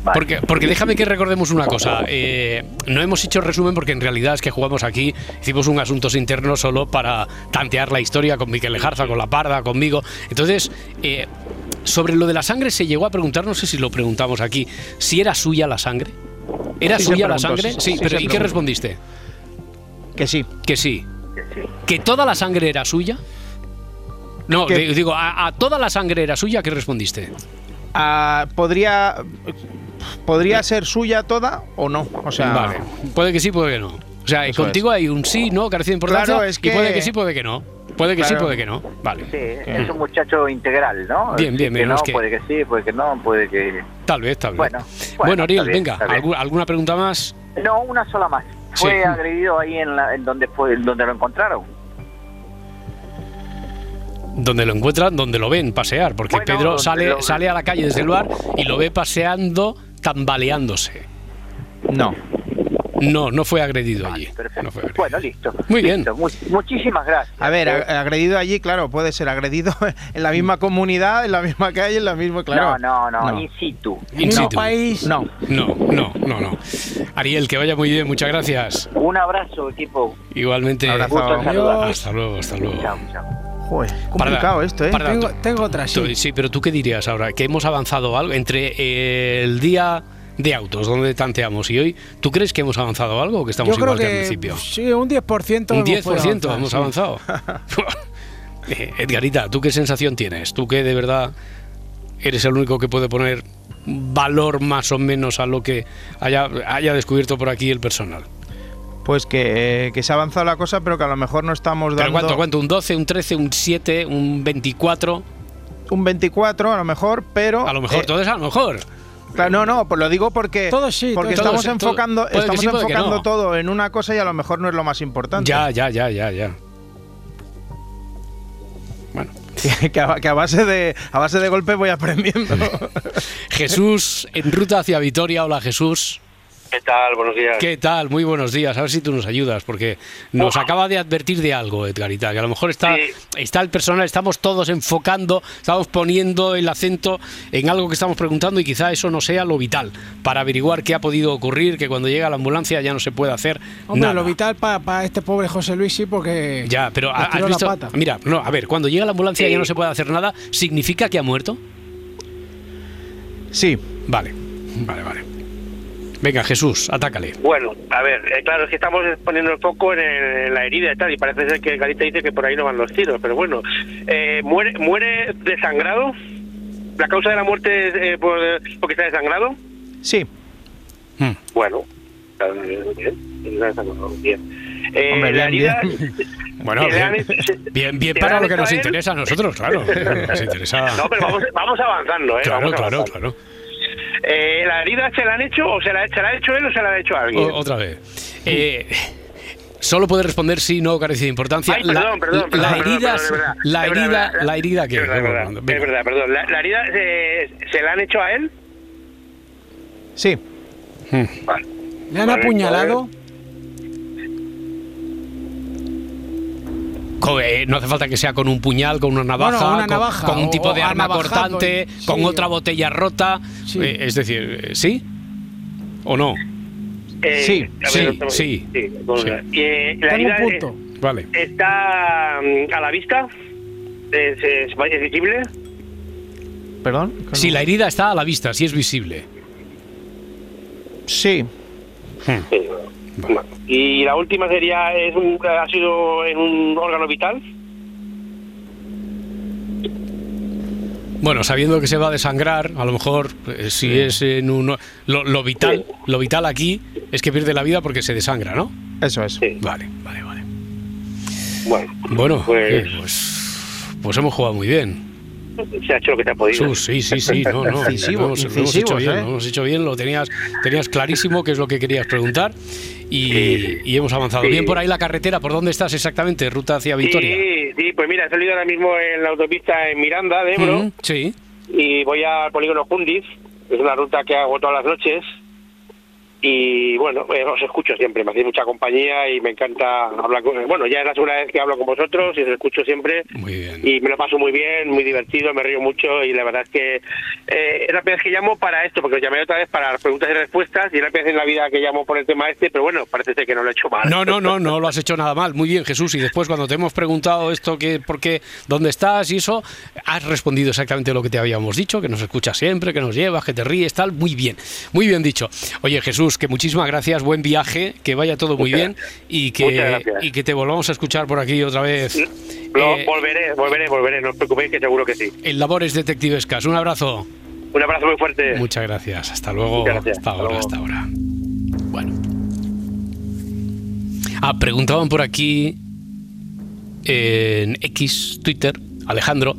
Speaker 6: vale.
Speaker 1: Porque, porque déjame que recordemos una cosa. eh, no hemos hecho resumen porque en realidad es que jugamos aquí, hicimos un asuntos internos solo para tantear la historia con Miquel Lejarza, con La Parda, conmigo. Entonces, eh, sobre lo de la sangre se llegó a preguntar, no sé si lo preguntamos aquí, si era suya la sangre. ¿Era
Speaker 3: Sí, se
Speaker 1: suya la
Speaker 3: preguntó,
Speaker 1: sangre?
Speaker 3: sí,
Speaker 1: Sí,
Speaker 3: sí,
Speaker 1: pero
Speaker 3: se
Speaker 1: ¿y qué
Speaker 3: preguntó.
Speaker 1: respondiste?
Speaker 3: Que sí.
Speaker 1: Que sí.
Speaker 6: Sí.
Speaker 1: ¿Que toda la sangre era suya? No,
Speaker 3: Que-
Speaker 1: di- digo, a, a toda la sangre era suya, ¿qué respondiste?
Speaker 3: Ah, podría podría ser suya toda o no. O sea,
Speaker 1: Vale. Puede que sí, puede que no. O sea,
Speaker 3: Eso
Speaker 1: contigo hay un sí, no, carece de importancia.
Speaker 3: Claro, es
Speaker 1: Y
Speaker 3: que-
Speaker 1: puede que sí, puede que no. Puede que sí,
Speaker 3: Claro.
Speaker 1: puede que no. Vale.
Speaker 6: Sí, eh, es un muchacho integral, ¿no?
Speaker 1: Bien, bien,
Speaker 6: Que
Speaker 1: bien,
Speaker 6: no,
Speaker 1: es que-
Speaker 6: Puede que sí, puede que no, puede que...
Speaker 1: Tal vez, tal vez.
Speaker 6: Bueno,
Speaker 1: bueno,
Speaker 6: bueno,
Speaker 1: Ariel,
Speaker 6: está bien,
Speaker 1: venga,
Speaker 6: está bien.
Speaker 1: ¿algu- ¿alguna pregunta más?
Speaker 6: No, una sola más. Fue
Speaker 1: Sí.
Speaker 6: agredido ahí en, la, en donde fue, en donde lo encontraron.
Speaker 1: Donde lo encuentran, donde lo ven pasear, porque
Speaker 6: Bueno,
Speaker 1: Pedro
Speaker 6: donde
Speaker 1: sale,
Speaker 6: lo-
Speaker 1: sale a la calle desde el bar y lo ve paseando, tambaleándose.
Speaker 3: no.
Speaker 1: No, no fue agredido allí.
Speaker 6: Perfecto.
Speaker 1: No fue agredido.
Speaker 6: Bueno, listo.
Speaker 1: Muy bien.
Speaker 6: Listo. Mu- muchísimas gracias.
Speaker 3: A ver,
Speaker 6: Eh,
Speaker 3: a- agredido allí, claro, puede ser agredido en la misma comunidad, en la misma calle, en la misma, claro.
Speaker 6: no, no, no, in situ.
Speaker 1: In
Speaker 2: ¿En un
Speaker 1: situ.
Speaker 2: país?
Speaker 3: No.
Speaker 1: No, no, no, no. Ariel, que vaya muy bien, muchas gracias.
Speaker 6: Un abrazo, equipo.
Speaker 1: Igualmente.
Speaker 3: Un abrazo.
Speaker 6: Gusto en saludarlos.
Speaker 1: Hasta luego, hasta luego.
Speaker 6: Chao, chao.
Speaker 3: Joder, complicado esto, ¿eh?
Speaker 1: Parda,
Speaker 2: Tengo,
Speaker 1: tú-
Speaker 2: tengo otra,
Speaker 1: tú-
Speaker 2: sí.
Speaker 1: sí, pero tú qué dirías ahora, que hemos avanzado algo entre eh, el día de autos, donde tanteamos, y hoy, ¿tú crees que hemos avanzado algo o que estamos
Speaker 2: Yo creo
Speaker 1: igual que,
Speaker 2: que,
Speaker 1: al principio?
Speaker 2: sí, un 10%.
Speaker 1: Un
Speaker 2: hemos
Speaker 1: 10%
Speaker 2: podido avanzar,
Speaker 1: hemos
Speaker 2: sí.
Speaker 1: avanzado. Eh, Edgarita, ¿tú qué sensación tienes? ¿Tú que de verdad eres el único que puede poner valor más o menos a lo que haya, haya descubierto por aquí el personal?
Speaker 3: Pues que, eh, que se ha avanzado la cosa, pero que a lo mejor no estamos
Speaker 1: ¿Pero
Speaker 3: dando
Speaker 1: cuánto, cuánto? ¿Un 12, un 13, un 7, un 24?
Speaker 3: un 24 a lo mejor, pero
Speaker 1: A lo mejor,
Speaker 3: eh,
Speaker 1: todo es a lo mejor.
Speaker 3: Claro, no, no, pues lo digo porque,
Speaker 2: Todo sí,
Speaker 3: porque
Speaker 1: todo
Speaker 3: estamos
Speaker 1: sí, todo-
Speaker 3: enfocando,
Speaker 1: puede que
Speaker 3: estamos
Speaker 1: sí, puede que
Speaker 3: enfocando
Speaker 1: no.
Speaker 3: todo en una cosa y a lo mejor no es lo más importante.
Speaker 1: Ya, ya, ya, ya, ya. Bueno.
Speaker 3: que, a, que a base de a base de golpes voy aprendiendo.
Speaker 1: Jesús, en ruta hacia Vitoria. Hola, Jesús.
Speaker 5: ¿Qué tal? Buenos días.
Speaker 1: ¿Qué tal? Muy buenos días. A ver si tú nos ayudas, porque nos acaba de advertir de algo, Edgarita, que a lo mejor está,
Speaker 5: Sí.
Speaker 1: está el personal, estamos todos enfocando, estamos poniendo el acento en algo que estamos preguntando y quizá eso no sea lo vital para averiguar qué ha podido ocurrir, que cuando llega la ambulancia ya no se puede hacer
Speaker 2: Hombre,
Speaker 1: nada.
Speaker 2: lo vital para este pobre José Luis sí, porque.
Speaker 1: Ya, pero
Speaker 2: le
Speaker 1: ha-
Speaker 2: estiró
Speaker 1: has visto.
Speaker 2: La pata.
Speaker 1: Mira, no, a ver, cuando llega la ambulancia
Speaker 5: Sí.
Speaker 1: ya no se puede hacer nada, ¿significa que ha muerto?
Speaker 3: sí,
Speaker 1: Vale, vale, vale. Venga, Jesús, atácale.
Speaker 5: Bueno, a ver, eh, claro, es que estamos poniendo el foco en, el- en la herida y tal, y parece ser que Garita dice que por ahí no van los tiros, pero bueno, eh, muere, muere desangrado. La causa de la muerte es eh, por, porque está desangrado.
Speaker 3: sí.
Speaker 1: Mm.
Speaker 5: Bueno, está bien, está desangrado, bien. Eh,
Speaker 3: Hombre,
Speaker 5: la
Speaker 3: bien,
Speaker 5: herida,
Speaker 1: Bueno,
Speaker 5: Que le han
Speaker 1: bien,
Speaker 5: hecho-
Speaker 1: bien, bien
Speaker 5: que le
Speaker 1: para
Speaker 5: han
Speaker 1: lo que
Speaker 5: hecho
Speaker 1: nos
Speaker 5: a él.
Speaker 1: interesa a nosotros, claro. Nos interesa.
Speaker 5: No, pero vamos, vamos avanzando, ¿eh?
Speaker 1: Claro,
Speaker 5: Vamos
Speaker 1: claro,
Speaker 5: avanzando.
Speaker 1: claro.
Speaker 5: Eh, ¿La herida se la han hecho o se la, se la ha hecho él o se la ha hecho alguien?
Speaker 1: O- otra vez. Eh, solo puede responder si no carece de importancia.
Speaker 5: Ay, perdón, perdón, perdón,
Speaker 1: la
Speaker 5: perdón,
Speaker 1: herida,
Speaker 5: perdón, es verdad.
Speaker 1: la
Speaker 5: Es verdad,
Speaker 1: herida,
Speaker 5: verdad.
Speaker 1: la herida que
Speaker 5: Es verdad, es verdad,
Speaker 1: Venga.
Speaker 5: es verdad, perdón. ¿La, la herida eh, se la han hecho a él?
Speaker 3: Sí.
Speaker 1: Hmm.
Speaker 5: Vale.
Speaker 2: ¿Le han
Speaker 5: Vale,
Speaker 2: apuñalado?
Speaker 1: Co- eh, no hace falta que sea con un puñal, con una navaja,
Speaker 2: Bueno, una
Speaker 1: con-
Speaker 2: navaja
Speaker 1: con, un
Speaker 2: o-
Speaker 1: tipo
Speaker 2: o
Speaker 1: de arma
Speaker 2: arma bajando,
Speaker 1: cortante,
Speaker 2: y-
Speaker 1: con
Speaker 2: sí,
Speaker 1: otra
Speaker 2: o-
Speaker 1: botella rota.
Speaker 2: Sí.
Speaker 1: Eh, es decir, eh, ¿sí? ¿O no?
Speaker 5: Eh,
Speaker 3: Sí,
Speaker 5: a
Speaker 1: sí,
Speaker 5: otra vez.
Speaker 1: sí.
Speaker 5: con-
Speaker 1: Sí.
Speaker 5: y, eh, la
Speaker 2: Tengo
Speaker 5: herida
Speaker 2: un
Speaker 5: eh,
Speaker 2: punto.
Speaker 1: Vale.
Speaker 5: está mm, a la vista. ¿Es, es, es visible?
Speaker 3: ¿Perdón?
Speaker 1: Si la herida está a la vista, si es visible.
Speaker 3: Sí.
Speaker 1: Hmm.
Speaker 5: Sí. Bueno. Y la última sería, es un, ¿ha sido en un órgano vital?
Speaker 1: Bueno, sabiendo que se va a desangrar, a lo mejor eh, si es en un lo, lo vital, lo vital aquí es que pierde la vida porque se desangra, ¿no?
Speaker 3: Eso es.
Speaker 5: Sí.
Speaker 1: Vale, vale, vale.
Speaker 5: Bueno,
Speaker 1: Bueno,
Speaker 5: Pues-
Speaker 1: eh, pues, pues hemos jugado muy bien.
Speaker 5: se ha hecho lo que te ha podido.
Speaker 1: Sus, sí, sí, sí, no, no.
Speaker 3: Incisivo,
Speaker 1: lo hemos- lo hemos hecho
Speaker 3: incisivos,
Speaker 1: bien,
Speaker 3: ¿eh?
Speaker 1: lo hemos hecho bien, lo tenías, tenías clarísimo qué es lo que querías preguntar y, y hemos avanzado.
Speaker 5: Sí.
Speaker 1: Bien por ahí la carretera, ¿por dónde estás exactamente? Ruta hacia Victoria.
Speaker 5: Sí, sí, pues mira, he salido ahora mismo en la autopista en Miranda de Ebro
Speaker 1: Mm, sí.
Speaker 5: y voy al polígono Jundiz, que es una ruta que hago todas las noches. Y bueno, eh, os escucho siempre, me hacéis mucha compañía y me encanta hablar con eh, Bueno, ya es la segunda vez que hablo con vosotros y os escucho siempre.
Speaker 1: Muy bien.
Speaker 5: Y me lo paso muy bien, muy divertido, me río mucho y la verdad es que eh, es la primera vez que llamo para esto, porque os llamé otra vez para las preguntas y respuestas y es la primera vez en la vida que llamo por el tema este, pero bueno, parece ser que no lo he hecho mal.
Speaker 1: No, no, no, no lo has hecho nada mal. Muy bien, Jesús. Y después, cuando te hemos preguntado esto, que, por qué, dónde estás y eso, has respondido exactamente lo que te habíamos dicho, que nos escuchas siempre, que nos llevas, que te ríes, tal. Muy bien, muy bien dicho. Oye, Jesús, que muchísimas gracias, buen viaje, que vaya todo muy bien
Speaker 5: Muchas
Speaker 1: y
Speaker 5: Muchas
Speaker 1: que,
Speaker 5: gracias.
Speaker 1: y que te volvamos a escuchar por aquí otra vez.
Speaker 5: Lo-
Speaker 1: Eh,
Speaker 5: volveré, volveré, volveré, no os preocupéis que seguro que sí.
Speaker 1: en Labores Detectivescas. Un abrazo.
Speaker 5: Un abrazo muy fuerte.
Speaker 1: Muchas gracias. Hasta luego.
Speaker 5: Muchas gracias.
Speaker 1: Hasta
Speaker 5: Hasta
Speaker 1: ahora,
Speaker 5: luego.
Speaker 1: hasta ahora. Bueno. Ah, preguntaban por aquí en X, Twitter, Alejandro,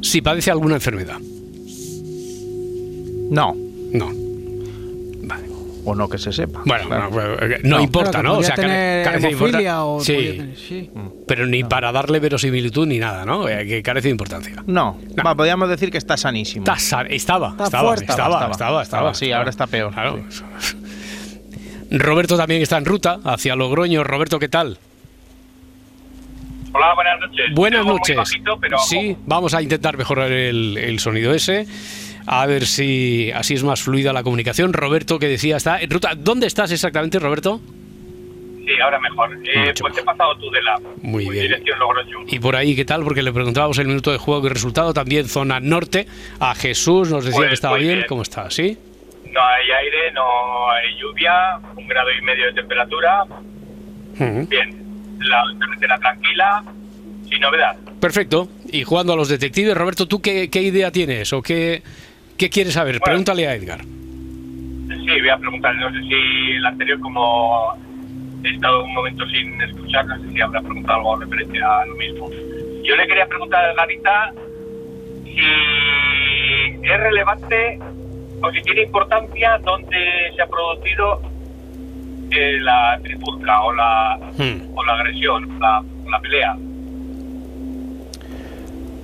Speaker 1: si padece alguna enfermedad.
Speaker 3: No.
Speaker 1: No. Vale.
Speaker 3: O no que se sepa.
Speaker 1: Bueno,
Speaker 3: Claro.
Speaker 1: no, eh, no
Speaker 3: No,
Speaker 1: importa,
Speaker 2: Claro, que
Speaker 1: ¿no?
Speaker 2: podía
Speaker 1: care-
Speaker 2: tener
Speaker 1: carece de importan-
Speaker 2: hemofilia o
Speaker 1: Sí,
Speaker 2: podía tener- sí.
Speaker 1: pero ni para darle verosimilitud ni nada, ¿no? Eh, que carece de importancia.
Speaker 3: No.
Speaker 1: No.
Speaker 3: Va, podríamos decir que está sanísimo.
Speaker 1: Está sa- estaba,
Speaker 2: Está
Speaker 1: estaba,
Speaker 2: fuerte.
Speaker 1: estaba, estaba,
Speaker 3: Estaba,
Speaker 1: estaba,
Speaker 3: estaba, sí, ahora está peor,
Speaker 1: Claro. Roberto también está en ruta hacia Logroño. Roberto, ¿qué tal?
Speaker 5: Hola, buenas noches.
Speaker 1: Buenas noches. sí, vamos a intentar mejorar el, el sonido ese. A ver si así es más fluida la comunicación. Roberto, que decía, está en ruta. ¿Dónde estás exactamente, Roberto?
Speaker 5: Sí, ahora mejor.
Speaker 1: Eh, Mucho pues te he mejor.
Speaker 5: pasado tú de la
Speaker 1: Muy pues, bien. dirección
Speaker 5: Logroño.
Speaker 1: Y por ahí, ¿qué tal? Porque le preguntábamos el minuto de juego y resultado. También zona norte. A Jesús nos decía
Speaker 5: Pues,
Speaker 1: que estaba
Speaker 5: muy
Speaker 1: bien.
Speaker 5: bien.
Speaker 1: ¿Cómo está? ¿Sí?
Speaker 5: No hay aire, no hay lluvia, un grado y medio de temperatura.
Speaker 1: Ujú.
Speaker 5: Bien, la carretera tranquila, sin novedad.
Speaker 1: Perfecto. Y jugando a los detectives, Roberto, ¿tú qué, qué idea tienes o qué, qué quieres saber?
Speaker 5: Bueno.
Speaker 1: Pregúntale a Edgar.
Speaker 5: Sí, voy a preguntar, no sé si el anterior, como he estado un momento sin escuchar, no sé si habrá preguntado algo referente a lo mismo. Yo le quería preguntar a Garita si es relevante o si tiene importancia dónde se ha producido eh, la tripulca o la,
Speaker 1: Hmm.
Speaker 5: o la agresión, la, la pelea.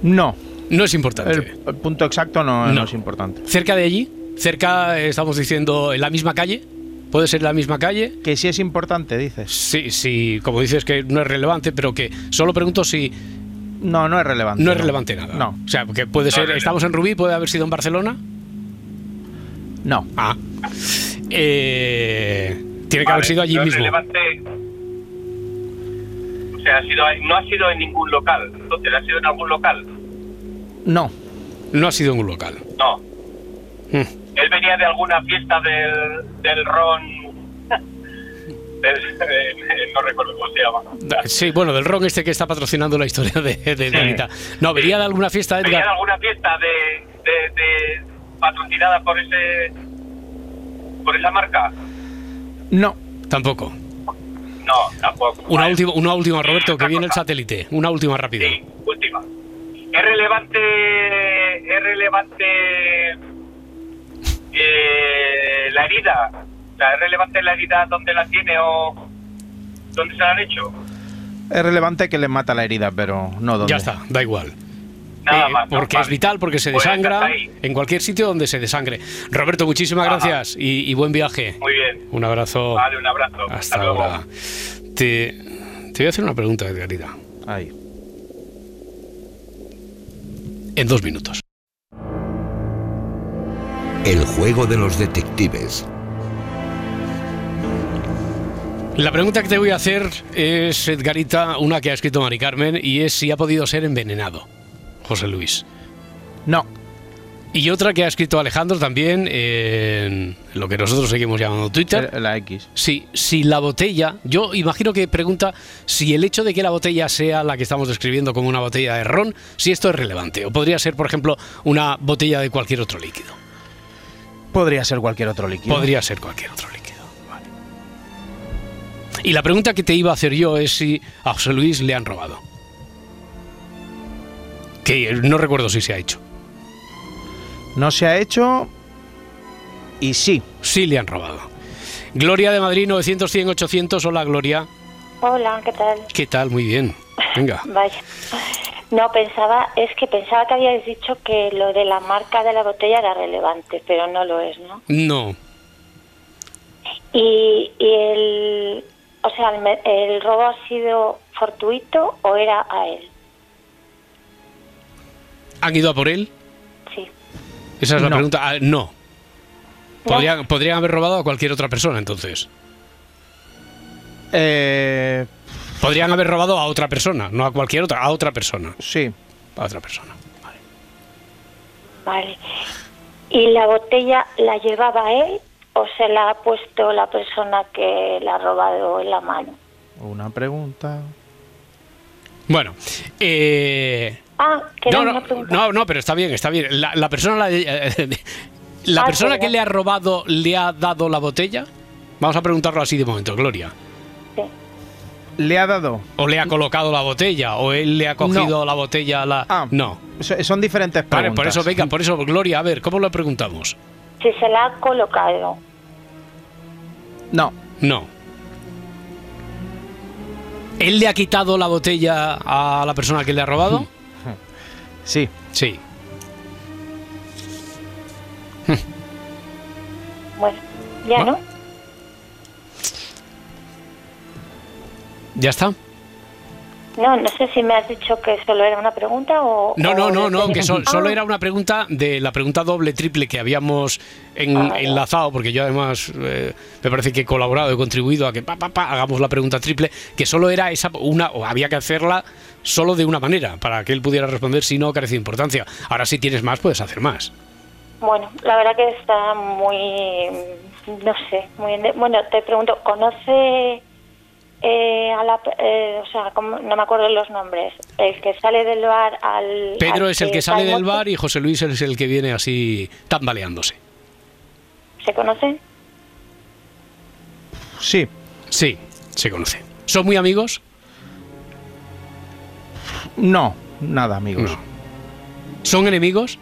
Speaker 3: No.
Speaker 1: No es importante.
Speaker 3: El, el punto exacto no,
Speaker 1: No.
Speaker 3: no es importante.
Speaker 1: ¿Cerca de allí? ¿Cerca, eh, estamos diciendo, en la misma calle? ¿Puede ser la misma calle?
Speaker 3: Que sí es importante, dices.
Speaker 1: Sí, sí, como dices que no es relevante, pero que solo pregunto si
Speaker 3: No, no es relevante.
Speaker 1: no es relevante nada.
Speaker 3: No.
Speaker 1: O sea, que puede ser,
Speaker 5: no, no.
Speaker 1: estamos en Rubí, puede haber sido en Barcelona.
Speaker 3: No.
Speaker 1: Ah. Eh, tiene que haber
Speaker 5: Vale,
Speaker 1: sido allí
Speaker 5: no es
Speaker 1: mismo.
Speaker 5: relevante. O sea, ha sido, no ha sido en ningún local, entonces ha sido en algún local.
Speaker 3: No.
Speaker 1: No ha sido en un local.
Speaker 5: No.
Speaker 1: Hmm.
Speaker 5: Él venía de alguna fiesta del, del ron. del- eh, no recuerdo cómo se llama.
Speaker 1: Sí, bueno, del ron este que está patrocinando la historia de, de Garita. No, venía de alguna fiesta,
Speaker 5: Venía de
Speaker 1: Edgar.
Speaker 5: alguna fiesta de, de- de- patrocinada por ese. por esa marca.
Speaker 3: No.
Speaker 1: Tampoco.
Speaker 7: No, tampoco.
Speaker 1: Una última, una última, Roberto, que viene el satélite. Una última rápida.
Speaker 7: última. Es relevante. Es relevante. eh, la herida. O sea, es relevante la herida donde la tiene o. ¿Dónde se la han hecho?
Speaker 3: Es relevante que le mata la herida, pero no donde.
Speaker 1: Ya está, da igual.
Speaker 7: Nada
Speaker 1: Eh,
Speaker 7: más. no,
Speaker 1: porque es
Speaker 7: vale.
Speaker 1: vital, porque se
Speaker 7: Pues
Speaker 1: desangra
Speaker 7: hasta ahí.
Speaker 1: en cualquier sitio donde se desangre. Roberto, muchísimas
Speaker 7: Ajá.
Speaker 1: gracias y, y buen viaje.
Speaker 7: Muy bien.
Speaker 1: Un abrazo.
Speaker 7: Vale, un abrazo.
Speaker 1: Oh. Hasta,
Speaker 7: Hasta luego.
Speaker 1: ahora. Te, te voy a hacer una pregunta, Edgarita.
Speaker 3: Ahí.
Speaker 1: En dos minutos.
Speaker 8: El juego de los detectives.
Speaker 1: La pregunta que te voy a hacer es, Edgarita, una que ha escrito Mari Carmen, y es si ha podido ser envenenado, José Luis.
Speaker 3: No.
Speaker 1: Y otra que ha escrito Alejandro también en lo que nosotros seguimos llamando Twitter.
Speaker 3: Eh, La X.
Speaker 1: Sí, si la botella, yo imagino que pregunta si el hecho de que la botella sea la que estamos describiendo como una botella de ron, si esto es relevante, o podría ser, por ejemplo, una botella de cualquier otro líquido.
Speaker 3: Podría ser cualquier otro líquido.
Speaker 1: Podría ser cualquier otro líquido. Y la pregunta que te iba a hacer yo es si a José Luis le han robado. Que no recuerdo si se ha hecho.
Speaker 3: No se ha hecho. Y sí.
Speaker 1: Sí le han robado. Gloria de Madrid 900 100 800. Hola Gloria.
Speaker 9: Hola, ¿qué tal?
Speaker 1: ¿Qué tal? Muy bien. Venga.
Speaker 9: Vaya. No, pensaba, es que pensaba que habíais dicho que lo de la marca de la botella era relevante, pero no lo es, ¿no?
Speaker 1: No.
Speaker 9: Y, y el, o sea, el, me- el robo ha sido fortuito o era a él.
Speaker 1: ¿Han ido a por él?
Speaker 9: Sí.
Speaker 1: Esa es la
Speaker 9: No.
Speaker 1: pregunta. Ah, no. Podrían, podrían haber robado a cualquier otra persona entonces.
Speaker 3: Eh,
Speaker 1: Podrían haber robado a otra persona, no a cualquier otra, a otra persona.
Speaker 3: Sí.
Speaker 1: A otra persona.
Speaker 9: Vale. ¿Y la botella la llevaba él o se la ha puesto la persona que la ha robado en la mano?
Speaker 3: Una pregunta.
Speaker 1: Bueno. Eh,
Speaker 9: Ah, que era
Speaker 1: no,
Speaker 9: una
Speaker 1: no,
Speaker 9: pregunta.
Speaker 1: no, no, pero está bien, está bien. La, la persona, la, eh, la
Speaker 9: Ah,
Speaker 1: persona que
Speaker 9: perdón.
Speaker 1: le ha robado le ha dado la botella. Vamos a preguntarlo así de momento, Gloria.
Speaker 3: ¿Le ha dado?
Speaker 1: ¿O le ha colocado la botella? ¿O él le ha cogido la botella a la.? no.
Speaker 3: So- Ah. Son diferentes preguntas.
Speaker 1: Vale, por eso, venga, por eso, Gloria, a ver, ¿cómo lo preguntamos?
Speaker 9: Si se la ha colocado.
Speaker 3: No.
Speaker 1: No. ¿Él le ha quitado la botella a la persona que le ha robado?
Speaker 3: Sí.
Speaker 1: Sí.
Speaker 9: Bueno, ya no.
Speaker 1: ¿Ya está?
Speaker 9: No, no sé si me has dicho que solo era una pregunta o...
Speaker 1: No, no,
Speaker 9: o-
Speaker 1: no, no, que sol-
Speaker 9: Ah,
Speaker 1: solo era una pregunta de la pregunta doble, triple que habíamos en- enlazado, porque yo además eh, me parece que he colaborado, he contribuido a que pa, pa, pa, hagamos la pregunta triple, que solo era esa, una, o había que hacerla solo de una manera, para que él pudiera responder, si no carece de importancia. Ahora si tienes más, puedes hacer más.
Speaker 9: Bueno, la verdad que está muy... No sé, muy... en- Bueno, te pregunto, ¿conoce eh, a la... pe- eh, o sea, ¿cómo? no me acuerdo los nombres. El que sale del bar al...
Speaker 1: Pedro
Speaker 9: al
Speaker 1: es el que sale
Speaker 9: está en
Speaker 1: del
Speaker 9: moto,
Speaker 1: bar y José Luis es el que viene así tambaleándose.
Speaker 9: ¿Se conocen?
Speaker 3: Sí.
Speaker 1: Sí, se conoce. ¿Son muy amigos?
Speaker 3: No, nada, amigos.
Speaker 1: ¿Son enemigos?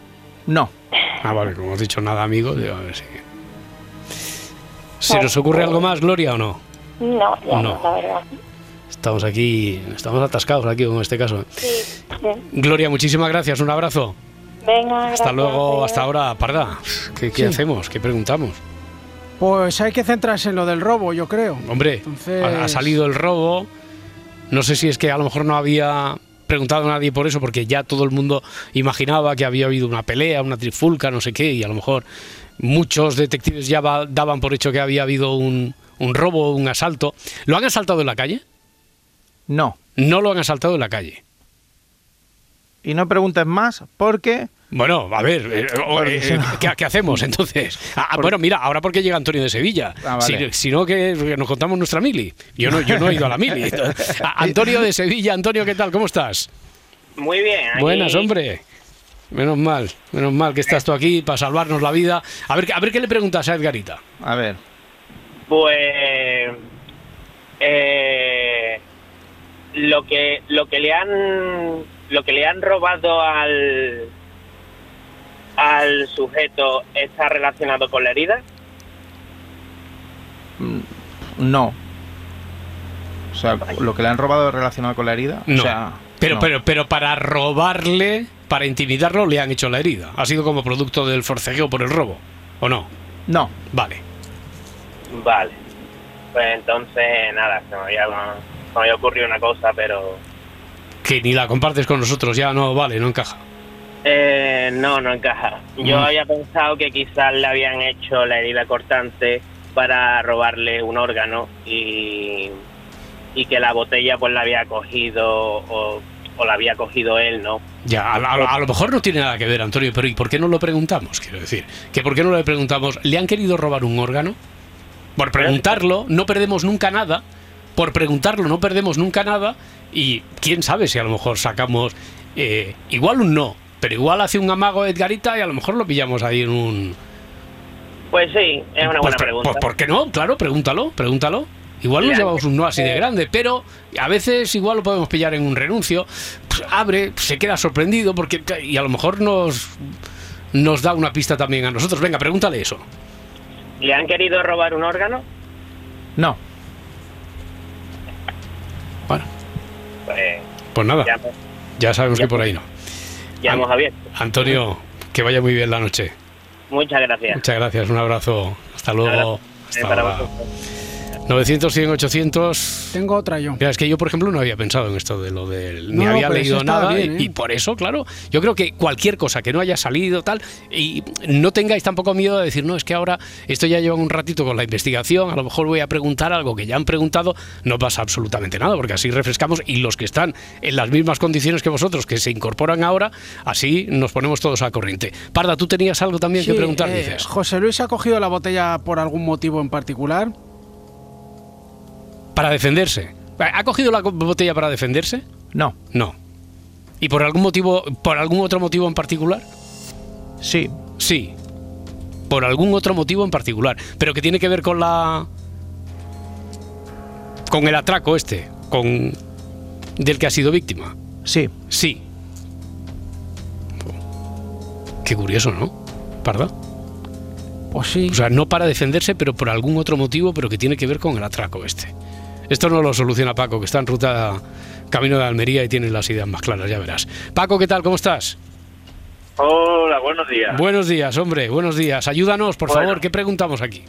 Speaker 3: No.
Speaker 1: Ah, vale, como has dicho nada, amigos, digo, a ver si... ¿Se nos ocurre algo más, Gloria, o no?
Speaker 9: No, ya
Speaker 1: No.
Speaker 9: no, la verdad.
Speaker 1: Estamos aquí, estamos atascados aquí en este caso.
Speaker 9: Sí, bien.
Speaker 1: Gloria, muchísimas gracias, un abrazo.
Speaker 9: Venga,
Speaker 1: Hasta
Speaker 9: gracias,
Speaker 1: luego,
Speaker 9: adiós.
Speaker 1: hasta ahora, Parda. ¿Qué, qué
Speaker 2: Sí.
Speaker 1: hacemos? ¿Qué preguntamos?
Speaker 2: Pues hay que centrarse en lo del robo, yo creo.
Speaker 1: Hombre,
Speaker 2: Entonces-
Speaker 1: ha ha salido el robo. No sé si es que a lo mejor no había preguntado a nadie por eso, porque ya todo el mundo imaginaba que había habido una pelea, una trifulca, no sé qué, y a lo mejor muchos detectives ya va- daban por hecho que había habido un, un robo, un asalto. ¿Lo han asaltado en la calle?
Speaker 3: No.
Speaker 1: No lo han asaltado en la calle.
Speaker 3: Y no preguntes más porque.
Speaker 1: Bueno, a ver, eh, o-
Speaker 3: Porque
Speaker 1: eh,
Speaker 3: si no-
Speaker 1: ¿qué, qué hacemos entonces? Ah, ah, bueno, mira, ahora porque llega Antonio de Sevilla.
Speaker 3: Ah, vale.
Speaker 1: Si, si no, que que nos contamos nuestra mili. Yo no, yo no he ido a la mili. A- Antonio de Sevilla, Antonio, ¿qué tal? ¿Cómo estás?
Speaker 10: Muy bien. aquí-
Speaker 1: Buenas, hombre. Menos mal, menos mal que estás tú aquí para salvarnos la vida. A ver, a ver qué le preguntas a Edgarita.
Speaker 3: A ver.
Speaker 10: Pues
Speaker 7: eh, lo que lo que le han lo que le han robado al al sujeto está relacionado con la herida.
Speaker 3: mm, No. O sea, lo que le han robado es relacionado con la herida.
Speaker 1: No.
Speaker 3: O sea,
Speaker 1: pero,
Speaker 3: no.
Speaker 1: pero, pero para robarle, para intimidarlo, le han hecho la herida. Ha sido como producto del forcejeo por el robo, ¿o no?
Speaker 3: No.
Speaker 1: Vale.
Speaker 7: Vale. Pues entonces nada, se me había, se me había ocurrido una cosa, pero
Speaker 1: Que ni la compartes con nosotros, ya no vale, no encaja.
Speaker 7: Eh, no, no encaja. Yo
Speaker 1: Mm.
Speaker 7: había pensado que quizás le habían hecho la herida cortante para robarle un órgano y, y que la botella pues la había cogido o, o la había cogido él, ¿no?
Speaker 1: Ya, a, a- a lo mejor no tiene nada que ver, Antonio, pero ¿y por qué no lo preguntamos? Quiero decir, que ¿por qué no le preguntamos? ¿Le han querido robar un órgano? Por preguntarlo, no perdemos nunca nada. Por preguntarlo, no perdemos nunca nada. Y quién sabe si a lo mejor sacamos eh, igual un no, pero igual hace un amago Edgarita y a lo mejor lo pillamos ahí en un.
Speaker 7: Pues sí, es una
Speaker 1: Pues,
Speaker 7: buena
Speaker 1: pre-
Speaker 7: pregunta.
Speaker 1: pues, ¿Por qué no? Claro, pregúntalo, pregúntalo. Igual nos
Speaker 7: Le han-
Speaker 1: llevamos un no así
Speaker 7: eh,
Speaker 1: de grande, pero a veces igual lo podemos pillar en un renuncio. Pues, abre, se queda sorprendido porque y a lo mejor nos nos da una pista también a nosotros. Venga, pregúntale eso.
Speaker 7: ¿Le han querido robar un órgano?
Speaker 3: No.
Speaker 7: Pues
Speaker 1: Pues nada,
Speaker 7: ya, hemos-
Speaker 1: ya sabemos que por ahí no.
Speaker 7: ya pues.
Speaker 1: An-
Speaker 7: hemos abierto.
Speaker 1: Antonio, que vaya muy bien la noche.
Speaker 7: Muchas gracias.
Speaker 1: Muchas gracias, un abrazo. Hasta luego.
Speaker 7: Eh,
Speaker 1: Hasta
Speaker 7: para
Speaker 1: ahora.
Speaker 7: vosotros.
Speaker 1: 900, 100, 800.
Speaker 2: Tengo otra yo.
Speaker 1: Mira, es que yo, por ejemplo, no había pensado en esto de lo del. ni
Speaker 2: No,
Speaker 1: había
Speaker 2: pero eso
Speaker 1: leído
Speaker 2: estaba
Speaker 1: nada.
Speaker 2: bien,
Speaker 1: y-
Speaker 2: ¿eh?
Speaker 1: y, por eso, claro, yo creo que cualquier cosa que no haya salido, tal, y no tengáis tampoco miedo de decir, no, es que ahora esto ya lleva un ratito con la investigación, a lo mejor voy a preguntar algo que ya han preguntado, no pasa absolutamente nada, porque así refrescamos y los que están en las mismas condiciones que vosotros, que se incorporan ahora, así nos ponemos todos a corriente. Parda, tú tenías algo también que
Speaker 2: Sí,
Speaker 1: preguntar,
Speaker 2: eh,
Speaker 1: dices.
Speaker 2: José Luis ha cogido la botella por algún motivo en particular.
Speaker 1: Para defenderse. ¿Ha cogido la co- botella para defenderse?
Speaker 3: No.
Speaker 1: No. ¿Y por algún motivo, por algún otro motivo en particular?
Speaker 3: Sí.
Speaker 1: Sí. Por algún otro motivo en particular. Pero que tiene que ver con la. Con el atraco este. Con. Del que ha sido víctima.
Speaker 3: Sí.
Speaker 1: Sí. Qué curioso, ¿no? ¿Parda?
Speaker 2: Pues sí.
Speaker 1: O sea, no para defenderse, pero por algún otro motivo, pero que tiene que ver con el atraco este. Esto no lo soluciona Paco, que está en ruta camino de Almería y tiene las ideas más claras, ya verás. Paco, ¿qué tal? ¿Cómo estás?
Speaker 10: Hola, buenos días.
Speaker 1: Buenos días, hombre, buenos días. Ayúdanos, por
Speaker 10: Bueno.
Speaker 1: favor, ¿qué preguntamos aquí?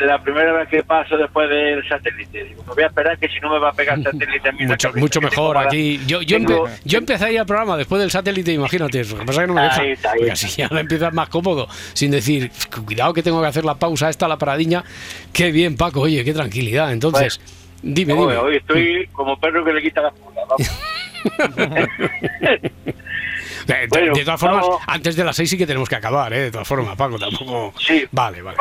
Speaker 10: La primera vez que paso después del satélite, digo, me voy a esperar que si no me va a pegar el satélite a mí en la
Speaker 1: Mucho,
Speaker 10: cabeza,
Speaker 1: mucho
Speaker 10: que tengo
Speaker 1: mejor
Speaker 10: para-
Speaker 1: aquí. Yo, yo, empe-
Speaker 10: tengo-
Speaker 1: yo empezaría el programa después del satélite, imagínate. Lo que pasa es que no me
Speaker 10: Ah, Ahí
Speaker 1: deja.
Speaker 10: está, ahí
Speaker 1: porque
Speaker 10: está.
Speaker 1: así ya la empiezas más cómodo, sin decir, cuidado que tengo que hacer la pausa, esta la paradiña. Qué bien, Paco, oye, qué tranquilidad. Entonces, dime,
Speaker 10: Oye,
Speaker 1: dime.
Speaker 10: hoy estoy como perro que le quita las pulgas. vamos.
Speaker 1: De, de-
Speaker 10: Bueno,
Speaker 1: de todas formas, ah,
Speaker 10: vamos.
Speaker 1: antes de las seis sí que tenemos que acabar, ¿eh? De todas formas, Paco, tampoco.
Speaker 10: Sí.
Speaker 1: Vale, vale.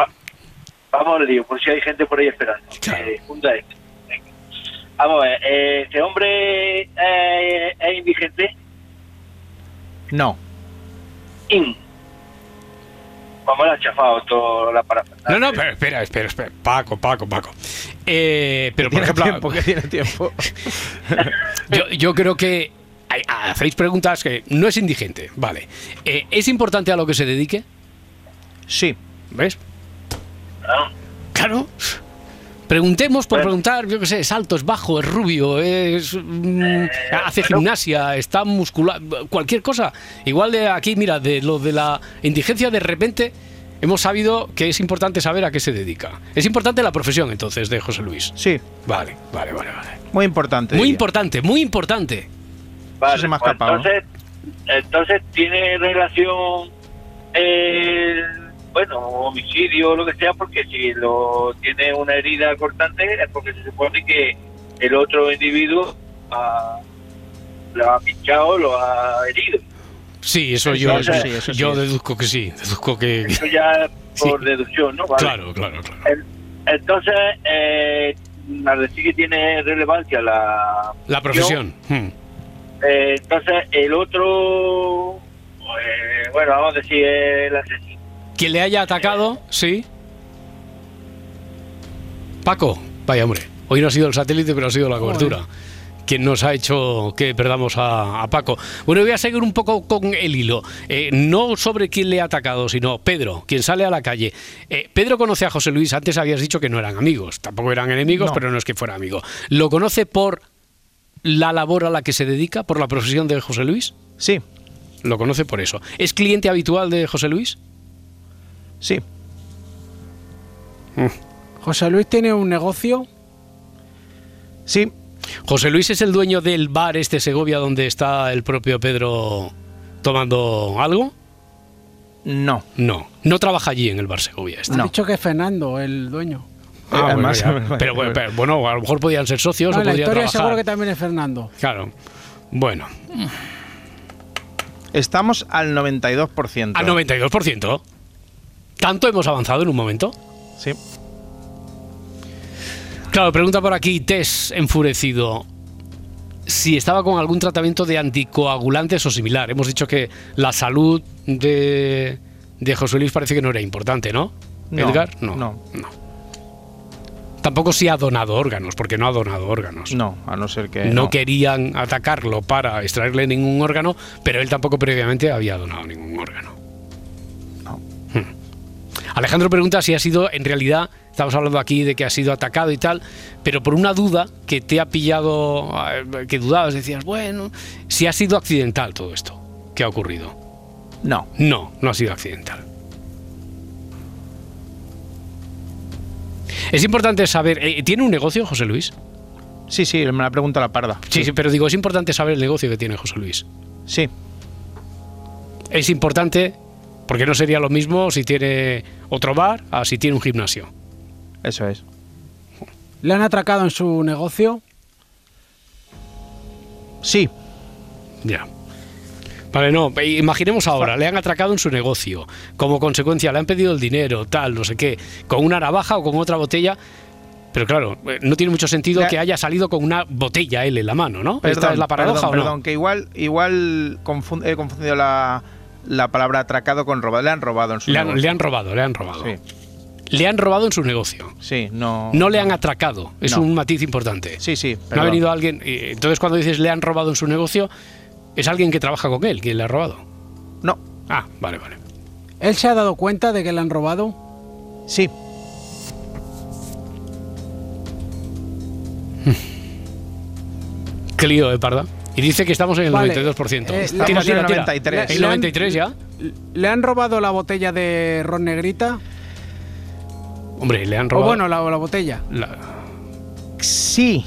Speaker 10: Vamos al lío, por si hay gente por ahí esperando. Eh, junta esto. Venga. Vamos a ver, eh, este hombre eh, es indigente.
Speaker 3: No.
Speaker 10: In. Vamos, le ha chafado toda la parafernalia.
Speaker 1: No, no, pero espera, espera, espera. Paco, Paco, Paco. Eh, pero por ejemplo,
Speaker 3: tiene tiempo.
Speaker 1: yo, yo creo que hay- hacéis preguntas que no es indigente, vale. Eh, ¿Es importante a lo que se dedique?
Speaker 3: Sí.
Speaker 1: ¿Ves? Claro. Preguntemos por preguntar, yo qué sé, es alto, es bajo, es rubio, es mm,
Speaker 10: Eh,
Speaker 1: hace gimnasia, está muscular, cualquier cosa. Igual de aquí, mira, de lo de la indigencia, de repente hemos sabido que es importante saber a qué se dedica. Es importante la profesión, entonces, de José Luis.
Speaker 3: Sí.
Speaker 1: Vale, vale, vale. vale.
Speaker 3: Muy importante.
Speaker 1: Muy
Speaker 3: diría.
Speaker 1: importante, muy importante.
Speaker 10: Vale,
Speaker 3: se me ha
Speaker 10: pues
Speaker 3: escapado, ¿no?
Speaker 10: entonces, entonces tiene relación el bueno homicidio o lo que sea porque si lo tiene una herida cortante es porque se supone que el otro individuo ah, lo ha pinchado, lo ha herido.
Speaker 1: Sí, eso
Speaker 10: Eso
Speaker 1: yo,
Speaker 10: sí,
Speaker 1: yo-
Speaker 10: sí, eso sí.
Speaker 1: yo deduzco que sí, deduzco que...
Speaker 10: Eso ya por deducción, ¿no? Vale.
Speaker 1: Claro, claro, claro.
Speaker 10: En- Entonces, eh, al decir que tiene relevancia la
Speaker 1: La profesión. Hmm.
Speaker 10: Eh, entonces, el otro, eh, bueno, vamos a decir el asesino.
Speaker 1: Quien le haya atacado, sí. Paco, vaya hombre. Hoy no ha sido el satélite, pero ha sido la cobertura. Quien nos ha hecho que perdamos a, a Paco. Bueno, voy a seguir un poco con el hilo. Eh, no sobre quién le ha atacado, sino Pedro, quien sale a la calle. Eh, Pedro conoce a José Luis. Antes habías dicho que no eran amigos. Tampoco eran enemigos, pero no es que fuera amigo. ¿Lo conoce por la labor a la que se dedica, por la profesión de José Luis?
Speaker 3: Sí.
Speaker 1: Lo conoce por eso. ¿Es cliente habitual de José Luis?
Speaker 3: Sí.
Speaker 2: José Luis tiene un negocio.
Speaker 3: Sí.
Speaker 1: José Luis es el dueño del bar este Segovia donde está el propio Pedro tomando algo.
Speaker 3: No.
Speaker 1: No. No trabaja allí en el bar Segovia. este.
Speaker 2: Ha dicho que es Fernando, el dueño.
Speaker 1: Ah, bueno,
Speaker 3: Además,
Speaker 1: ya. pero, bueno, pero, bueno, a lo mejor podían ser socios
Speaker 2: No,
Speaker 1: o
Speaker 2: en la
Speaker 1: podría
Speaker 2: historia
Speaker 1: trabajar.
Speaker 2: seguro que también es Fernando.
Speaker 1: Claro. Bueno,
Speaker 3: Estamos al 92%.
Speaker 1: al 92%. ¿Tanto hemos avanzado en un momento?
Speaker 3: Sí.
Speaker 1: Claro, pregunta por aquí Tess enfurecido. Si estaba con algún tratamiento de anticoagulantes o similar. Hemos dicho que la salud de, de José Luis parece que no era importante, ¿no?
Speaker 3: No,
Speaker 1: Edgar, no.
Speaker 3: no.
Speaker 1: Tampoco si ha donado órganos, porque no ha donado órganos.
Speaker 3: No, a no ser que.
Speaker 1: no, querían atacarlo para extraerle ningún órgano, pero él tampoco previamente había donado ningún órgano. Hmm. Alejandro pregunta si ha sido, en realidad, estamos hablando aquí de que ha sido atacado y tal, pero por una duda que te ha pillado, eh, que dudabas, decías, bueno, si ha sido accidental todo esto que ha ocurrido.
Speaker 3: No.
Speaker 1: No, no ha sido accidental. Es importante saber, eh, ¿tiene un negocio José Luis?
Speaker 3: Sí, sí, me la pregunta la parda.
Speaker 1: Sí, sí, pero digo, es importante saber el negocio que tiene José Luis.
Speaker 3: Sí.
Speaker 1: Es importante porque no sería lo mismo si tiene otro bar a si tiene un gimnasio.
Speaker 3: Eso es.
Speaker 2: ¿Le han atracado en su negocio?
Speaker 3: Sí.
Speaker 1: Ya. Vale, no, e- imaginemos ahora, le han atracado en su negocio, como consecuencia le han pedido el dinero, tal, no sé qué, con una navaja o con otra botella, pero claro, eh, no tiene mucho sentido
Speaker 3: Ya.
Speaker 1: que haya salido con una botella él en la mano, ¿no? ¿Esta es la paradoja
Speaker 3: perdón,
Speaker 1: o no?
Speaker 3: perdón, que igual, igual confun- he confundido la, la palabra atracado con robado. Le han robado en su
Speaker 1: Le han,
Speaker 3: negocio.
Speaker 1: le han robado, le han robado.
Speaker 3: Sí.
Speaker 1: Le han robado en su negocio.
Speaker 3: Sí, no.
Speaker 1: No le han atracado, es
Speaker 3: No.
Speaker 1: un matiz importante.
Speaker 3: Sí, sí.
Speaker 1: No ha
Speaker 3: perdón.
Speaker 1: venido alguien. eh, Entonces, cuando dices le han robado en su negocio, es alguien que trabaja con él quien le ha robado.
Speaker 3: No.
Speaker 1: Ah, vale, vale.
Speaker 2: ¿Él se ha dado cuenta de que le han robado?
Speaker 3: Sí.
Speaker 1: Qué lío, ¿eh, Parda? Y dice que estamos en el
Speaker 2: Vale,
Speaker 1: 92%.
Speaker 2: eh,
Speaker 1: tira,
Speaker 3: estamos en
Speaker 1: tira,
Speaker 3: el
Speaker 1: tira.
Speaker 3: 93.
Speaker 1: ¿El 93 ya?
Speaker 2: ¿Le han robado la botella de Ron Negrita?
Speaker 1: Hombre, le han
Speaker 2: O
Speaker 1: robado.
Speaker 2: bueno, la, la botella.
Speaker 1: la-
Speaker 3: Sí.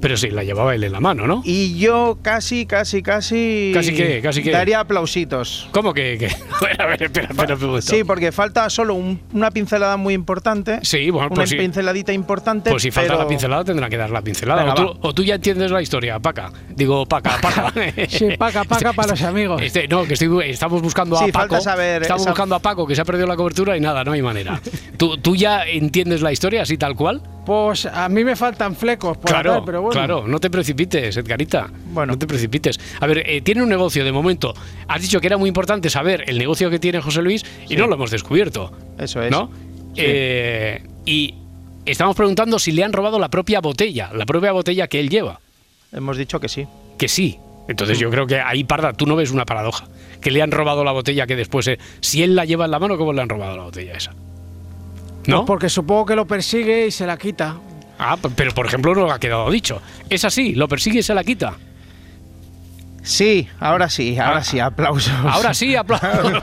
Speaker 1: pero sí, la llevaba él en la mano, ¿no?
Speaker 3: Y yo casi, casi, casi.
Speaker 1: ¿Casi qué? ¿Casi qué?
Speaker 3: Daría aplausitos.
Speaker 1: ¿Cómo que.? que? A ver, a ver, espera, espera un segundo.
Speaker 3: Sí, porque falta solo un- una pincelada muy importante.
Speaker 1: Sí, bueno,
Speaker 3: Una
Speaker 1: pues sí.
Speaker 3: pinceladita importante.
Speaker 1: Pues si falta
Speaker 3: pero-
Speaker 1: la pincelada, tendrán que dar la pincelada.
Speaker 3: Venga,
Speaker 1: o, tú, o tú ya entiendes la historia, Paca. Digo, Paca, Paca.
Speaker 2: Sí, paca, paca para los amigos.
Speaker 1: Este, no, que estoy- estamos buscando a
Speaker 3: Sí, falta
Speaker 1: Paco.
Speaker 3: saber
Speaker 1: estamos
Speaker 3: esa-
Speaker 1: buscando a Paco, que se ha perdido la cobertura y nada, no hay manera. ¿Tú, tú ya entiendes la historia así tal cual?
Speaker 2: Pues a mí me faltan flecos por
Speaker 1: claro,
Speaker 2: atar, pero bueno.
Speaker 1: claro, no te precipites, Edgarita.
Speaker 3: Bueno.
Speaker 1: No te precipites. A ver, eh, tiene un negocio de momento. Has dicho que era muy importante saber el negocio que tiene José Luis y no lo hemos descubierto,
Speaker 3: Eso es.
Speaker 1: ¿no? Eh, y estamos preguntando si le han robado la propia botella, la propia botella que él lleva.
Speaker 3: Hemos dicho que sí. Mm.
Speaker 1: que sí. Entonces yo creo que ahí, Parda, tú no ves una paradoja. Que le han robado la botella que después... eh, si él la lleva en la mano, ¿cómo le han robado la botella esa? ¿No?
Speaker 2: Pues porque supongo que lo persigue y se la quita.
Speaker 1: Ah, p- pero por ejemplo no lo ha quedado dicho. Es así, lo persigue y se la quita.
Speaker 3: Sí, ahora sí, ahora sí, aplausos.
Speaker 1: Ah, Pues Ahora sí, aplaudo.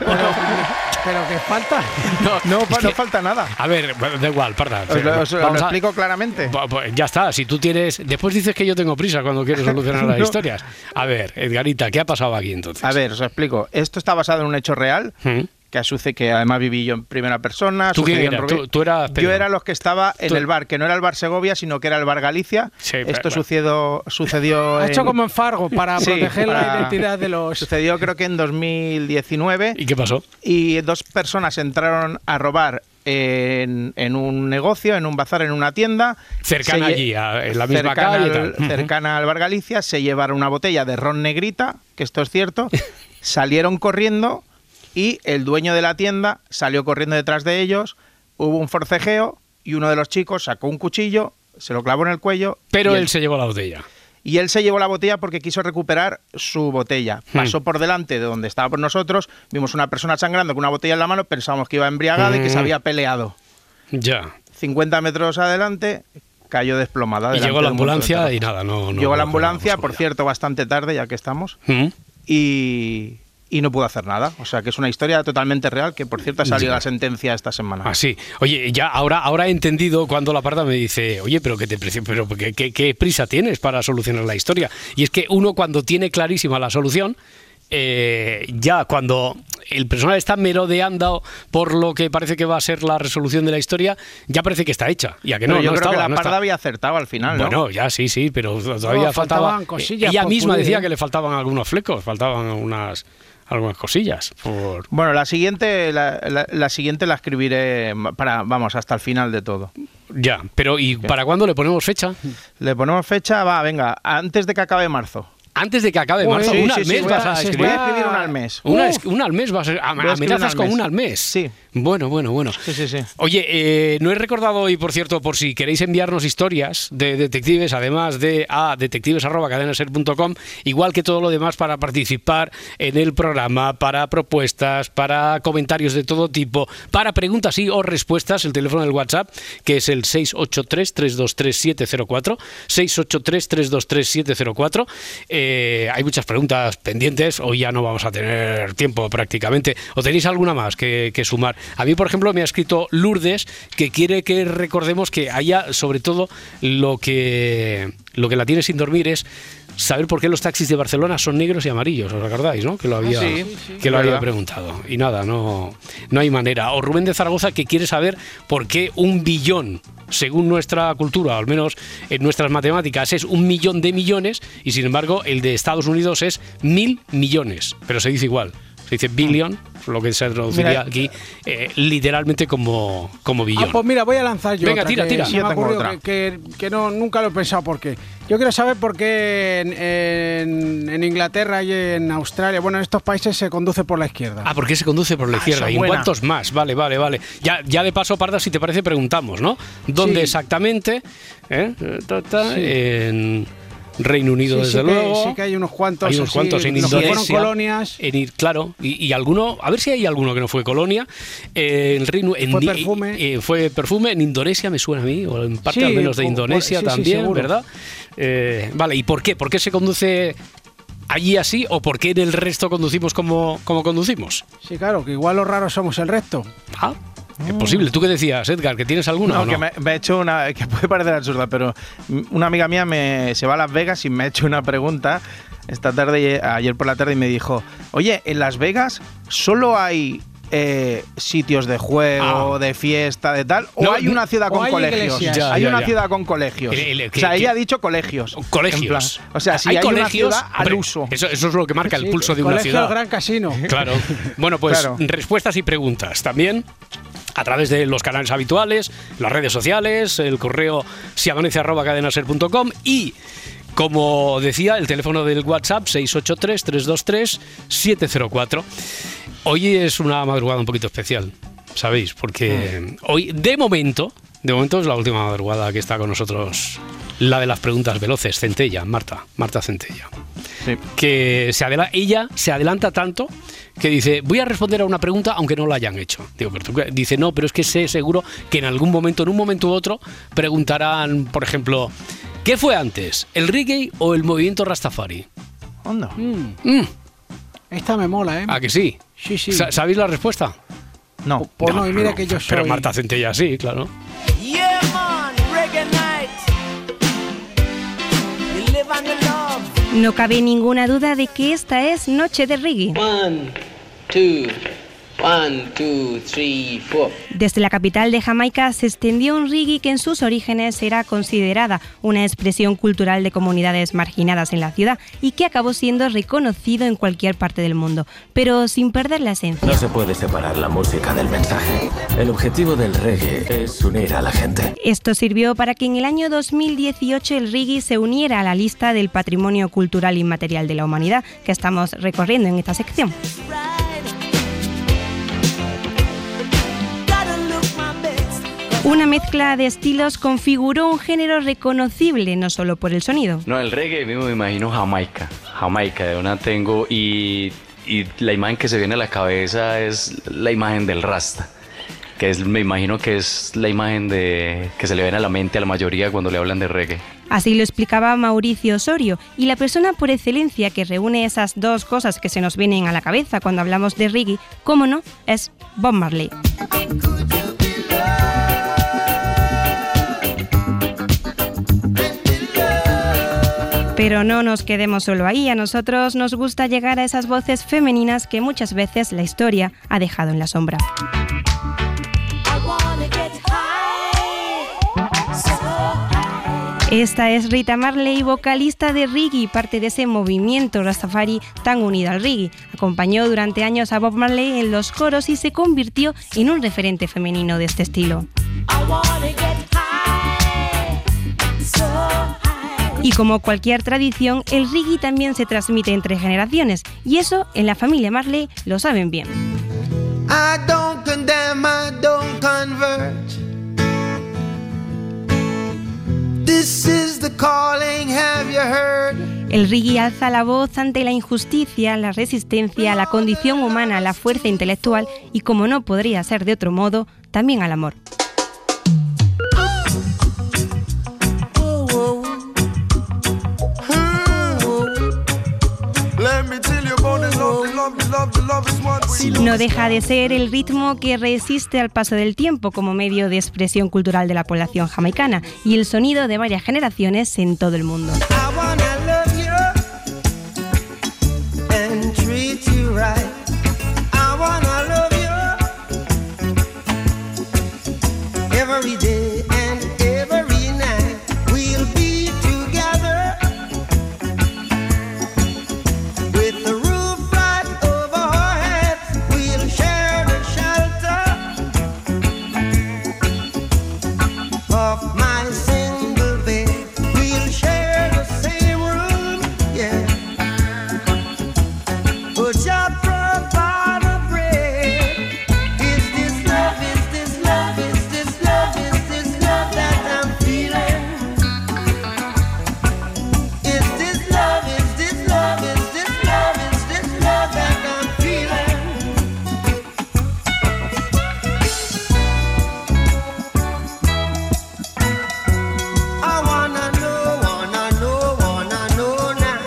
Speaker 2: Pero que falta.
Speaker 3: No,
Speaker 1: es
Speaker 3: pa- no
Speaker 1: que-
Speaker 3: falta nada.
Speaker 1: A ver, bueno, da igual, Parda.
Speaker 3: Os lo, os lo-
Speaker 1: Vamos
Speaker 3: lo
Speaker 1: a-
Speaker 3: explico claramente.
Speaker 1: Pa- pa- Ya está, si tú tienes... Después dices que yo tengo prisa cuando quiero solucionar las
Speaker 3: No.
Speaker 1: historias. A ver, Edgarita, ¿qué ha pasado aquí entonces?
Speaker 3: A ver, os lo explico. Esto está basado en un hecho real
Speaker 1: ¿Mm?
Speaker 3: que ha suce- que además viví yo en primera persona.
Speaker 1: ¿Tú quién
Speaker 3: sucedió en
Speaker 1: eras?
Speaker 3: Rubí.
Speaker 1: Tú- tú eras Pedro.
Speaker 3: Yo era los que estaba en
Speaker 1: Tú-
Speaker 3: el bar, que no era el bar Segovia, sino que era el bar Galicia.
Speaker 1: Sí,
Speaker 3: Esto
Speaker 1: pero-
Speaker 3: sucedió, sucedió
Speaker 2: Ha hecho
Speaker 3: en-
Speaker 2: como en Fargo para
Speaker 3: Sí,
Speaker 2: proteger la
Speaker 3: para-
Speaker 2: identidad de los.
Speaker 3: Sucedió creo que en 2019
Speaker 1: ¿Y qué pasó?
Speaker 3: y dos personas entraron a robar en, en un negocio, en un bazar, en una tienda.
Speaker 1: Cercana
Speaker 3: Se lle-
Speaker 1: allí, a- en la misma
Speaker 3: cercana
Speaker 1: calle y
Speaker 3: al-
Speaker 1: tal. Ujú.
Speaker 3: cercana al Bar Galicia, se llevaron una botella de ron negrita, que esto es cierto, salieron corriendo y el dueño de la tienda salió corriendo detrás de ellos, hubo un forcejeo y uno de los chicos sacó un cuchillo se lo clavó en el cuello.
Speaker 1: Pero
Speaker 3: y
Speaker 1: él se llevó la botella.
Speaker 3: Y él se llevó la botella porque quiso recuperar su botella.
Speaker 1: Hmm.
Speaker 3: Pasó por delante de donde estábamos nosotros, vimos una persona sangrando con una botella en la mano, pensamos que iba embriagada y que se
Speaker 1: Mm.
Speaker 3: había peleado.
Speaker 1: Ya.
Speaker 3: 50 metros adelante cayó desplomada.
Speaker 1: Y
Speaker 3: delante
Speaker 1: llegó la
Speaker 3: de un montón de
Speaker 1: ambulancia y nada,
Speaker 3: terrazas.
Speaker 1: no. no-
Speaker 3: llegó la
Speaker 1: no-
Speaker 3: ambulancia, por cierto, bastante tarde ya que estamos,
Speaker 1: Mm.
Speaker 3: y, y no pudo hacer nada. O sea que es una historia totalmente real que, por cierto, ha salido
Speaker 1: Ya.
Speaker 3: la sentencia esta semana.
Speaker 1: Así. Ah, Oye, ya ahora, ahora he entendido cuando la parda me dice, oye, pero, que te, preci- pero que- que- qué prisa tienes para solucionar la historia. Y es que uno cuando tiene clarísima la solución, eh, ya cuando el personal está merodeando por lo que parece que va a ser la resolución de la historia, ya parece que está hecha. Ya que no,
Speaker 3: Pero yo
Speaker 1: no
Speaker 3: creo
Speaker 1: estaba,
Speaker 3: que la
Speaker 1: no
Speaker 3: parda
Speaker 1: estaba.
Speaker 3: había acertado al final, ¿no?
Speaker 1: Bueno, ya sí, sí, pero todavía
Speaker 3: No, faltaban
Speaker 1: faltaba.
Speaker 3: cosillas
Speaker 1: ella
Speaker 3: por
Speaker 1: misma
Speaker 3: pulir,
Speaker 1: decía
Speaker 3: ¿eh?
Speaker 1: que le faltaban algunos flecos, faltaban algunas, algunas cosillas. Por...
Speaker 3: Bueno, la siguiente la, la- la siguiente la escribiré para, vamos, hasta el final de todo.
Speaker 1: Ya, pero ¿y para cuándo le ponemos fecha?
Speaker 3: Le ponemos fecha, va, venga, antes de que acabe marzo.
Speaker 1: Antes de que acabe marzo,
Speaker 3: Sí,
Speaker 1: una
Speaker 3: sí,
Speaker 1: al
Speaker 3: sí,
Speaker 1: mes
Speaker 3: voy
Speaker 1: vas a
Speaker 3: sí,
Speaker 1: escribir.
Speaker 3: Voy a escribir una al mes.
Speaker 1: Una,
Speaker 3: Uf,
Speaker 1: es- una al mes vas a, am-
Speaker 3: Voy a escribir
Speaker 1: amenazas
Speaker 3: una al
Speaker 1: con
Speaker 3: mes.
Speaker 1: una al mes. Sí. Bueno, bueno, bueno.
Speaker 3: sí, sí.
Speaker 1: Oye, eh, no he recordado hoy, por cierto, por si queréis enviarnos historias de detectives, además de a detectives.cadenaser.com, igual que todo lo demás para participar en el programa, para propuestas, para comentarios de todo tipo, para preguntas y o respuestas, el teléfono del WhatsApp, que es el 683-323-704, 683-323-704. Eh, hay muchas preguntas pendientes, hoy ya no vamos a tener tiempo prácticamente. ¿O tenéis alguna más que, que sumar? A mí, por ejemplo, me ha escrito Lourdes que quiere que recordemos que haya, sobre todo, lo que, lo que la tiene sin dormir es saber por qué los taxis de Barcelona son negros y amarillos. ¿Os acordáis, no? Que lo había,
Speaker 3: sí, Ah, sí.
Speaker 1: que lo había
Speaker 3: Verdad.
Speaker 1: preguntado. Y nada, no, no hay manera. O Rubén de Zaragoza que quiere saber por qué un billón, según nuestra cultura, al menos en nuestras matemáticas, es un millón de millones y sin embargo el de Estados Unidos es mil millones. Pero se dice igual. Se dice billion, lo que se traduciría
Speaker 2: Mira.
Speaker 1: aquí eh, literalmente como, como
Speaker 2: Ah,
Speaker 1: billón.
Speaker 2: pues mira, voy a lanzar yo.
Speaker 1: Venga,
Speaker 2: otra,
Speaker 1: tira,
Speaker 2: que
Speaker 1: tira.
Speaker 2: se
Speaker 1: Yo
Speaker 2: me ha
Speaker 1: tengo
Speaker 2: ocurrido
Speaker 1: otra.
Speaker 2: Que, que- que no, nunca lo he pensado por qué. Yo quiero saber por qué en, en- en Inglaterra y en Australia, bueno, en estos países se conduce por la izquierda.
Speaker 1: Ah, porque se conduce por la izquierda.
Speaker 2: esa
Speaker 1: ¿Y en
Speaker 2: buena.
Speaker 1: cuántos más? Vale, vale, vale. Ya, ya de paso, Parda, si te parece, preguntamos, ¿no? ¿Dónde
Speaker 2: Sí.
Speaker 1: exactamente? ¿Eh? Ta, ta,
Speaker 2: Sí.
Speaker 1: En Reino Unido,
Speaker 2: Sí, sí
Speaker 1: desde
Speaker 2: que-
Speaker 1: luego.
Speaker 2: sí que hay unos cuantos
Speaker 1: Hay unos
Speaker 2: así,
Speaker 1: cuantos en
Speaker 2: los que fueron
Speaker 1: Indonesia.
Speaker 2: colonias.
Speaker 1: en Ir- claro, y, y alguno, a ver si hay alguno que no fue colonia. Eh, en Reino, en,
Speaker 2: Fue
Speaker 1: Ni-
Speaker 2: perfume.
Speaker 1: eh, fue perfume, en Indonesia me suena a mí, o en parte
Speaker 2: Sí,
Speaker 1: al menos de
Speaker 2: por- por-
Speaker 1: Indonesia
Speaker 2: sí, sí,
Speaker 1: también,
Speaker 2: seguro.
Speaker 1: ¿verdad? Eh, vale, ¿y por qué? ¿Por qué se conduce allí así o por qué en el resto conducimos como, como conducimos?
Speaker 2: Sí, claro, que igual los raros somos el resto.
Speaker 1: Ah, es posible. ¿Tú qué decías, Edgar? ¿Que tienes alguna
Speaker 3: No,
Speaker 1: o no?
Speaker 3: que me, me ha hecho una. que puede parecer absurda, pero una amiga mía me, se va a Las Vegas y me ha hecho una pregunta esta tarde, eh, ayer por la tarde, y me dijo: Oye, en Las Vegas solo hay. eh, sitios de juego, de fiesta, de tal,
Speaker 1: Ah.
Speaker 3: o
Speaker 1: No,
Speaker 3: hay una ciudad
Speaker 1: o
Speaker 3: con
Speaker 1: hay
Speaker 3: colegios.
Speaker 1: iglesias. Ya,
Speaker 3: hay
Speaker 1: ya,
Speaker 3: una
Speaker 1: ya.
Speaker 3: ciudad con colegios.
Speaker 1: El- el-
Speaker 3: o sea,
Speaker 1: que-
Speaker 3: ella
Speaker 1: que-
Speaker 3: ha dicho colegios. En plan,
Speaker 1: Colegios.
Speaker 3: o sea, si hay, una ciudad al
Speaker 1: Hombre,
Speaker 3: uso.
Speaker 1: Eso, eso es lo que marca el pulso de una
Speaker 2: Colegio
Speaker 1: ciudad.
Speaker 2: Gran Casino.
Speaker 1: Claro. Bueno, pues
Speaker 2: ¿eh? Claro.
Speaker 1: respuestas y preguntas también a través de los canales habituales, las redes sociales, el correo siamanece@cadenaser.com y como decía, el teléfono del WhatsApp 683 323 704. Hoy es una madrugada un poquito especial, ¿sabéis? Porque hoy de momento, de momento es la última madrugada que está con nosotros la de las preguntas veloces, Centella, Marta, Marta Centella que se adela- ella se adelanta tanto que dice, voy a responder a una pregunta aunque no la hayan hecho. Digo, pero tú qué- dice, no, pero es que sé seguro que en algún momento, en un momento u otro, preguntarán, por ejemplo, ¿qué fue antes, el reggae o el movimiento Rastafari?
Speaker 3: Onda.
Speaker 2: Mm. Esta me mola, ¿eh?
Speaker 1: ¿A que sí?
Speaker 2: Sí, sí.
Speaker 1: Sa- ¿Sabéis la respuesta?
Speaker 3: No.
Speaker 2: Pues no, y mira que yo
Speaker 1: Pero
Speaker 2: soy-
Speaker 1: Marta Centella sí, claro.
Speaker 11: Yeah, man, reggae night. You live on the love.
Speaker 12: No cabe ninguna duda de que esta es Noche de Reggae.
Speaker 4: two, one, two, three, four.
Speaker 12: Desde la capital de Jamaica se extendió un reggae que en sus orígenes era considerada una expresión cultural de comunidades marginadas en la ciudad y que acabó siendo reconocido en cualquier parte del mundo, pero sin perder la esencia.
Speaker 13: No se puede separar la música del mensaje. El objetivo del reggae es unir a la gente.
Speaker 12: Esto sirvió para que en el año 2018 el reggae se uniera a la lista del patrimonio cultural inmaterial de la humanidad que estamos recorriendo en esta sección. Una mezcla de estilos configuró un género reconocible no solo por el sonido.
Speaker 14: No, el reggae mismo me imagino Jamaica. Jamaica, de una tengo. Y, y la imagen que se viene a la cabeza es la imagen del rasta. Que es, me imagino que es la imagen de, que se le viene a la mente a la mayoría cuando le hablan de reggae.
Speaker 12: Así lo explicaba Mauricio Osorio, y la persona por excelencia que reúne esas dos cosas que se nos vienen a la cabeza cuando hablamos de reggae, cómo no, es Bob Marley. Pero no nos quedemos solo ahí, a nosotros nos gusta llegar a esas voces femeninas que muchas veces la historia ha dejado en la sombra. Esta es Rita Marley, vocalista de reggae, parte de ese movimiento rastafari tan unido al reggae. Acompañó durante años a Bob Marley en los coros y se convirtió en un referente femenino de este estilo. Y como cualquier tradición, el reggae también se transmite entre generaciones, y eso en la familia Marley lo saben bien.
Speaker 11: I don't condemn, I don't convert. This is the calling, have you heard?
Speaker 12: El reggae alza la voz ante la injusticia, la resistencia, la condición humana, la fuerza intelectual y, como no podría ser de otro modo, también al amor.
Speaker 11: Let me tell you about the love, the love, the love, the love is what we
Speaker 12: No deja de ser el ritmo que resiste al paso del tiempo como medio de expresión cultural de la población jamaicana y el sonido de varias generaciones en todo el mundo.
Speaker 11: I wanna love you and treat you right. I wanna love you every day and every night. We'll be together with the roof right over our heads. We'll share the shelter of my single bed. We'll share the same room, yeah. Put your provide of bread. Is this love? Is this love? Is this love? Is this love that I'm feeling? Is this love? Is this love? Is this love? Is this love that I'm feeling? I wanna know, wanna know, wanna know now.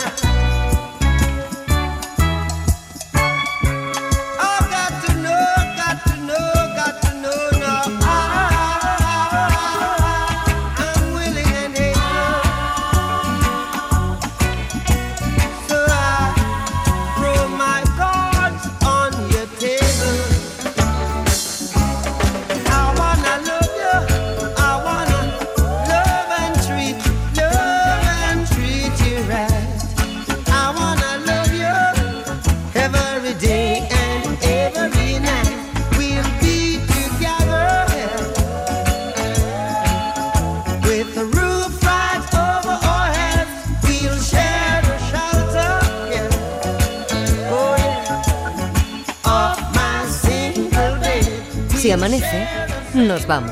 Speaker 11: I Oh, got to know, got to know, got to know now. I, I'm willing and able. So I throw my cards on your table. I wanna love you. I wanna love and treat, love and treat you right. I wanna love you every day and every night. We'll be together with the roof right over our heads. We'll share the shelter, yeah. Oh, yeah. Of my single bed.
Speaker 15: Si amanece, nos vamos.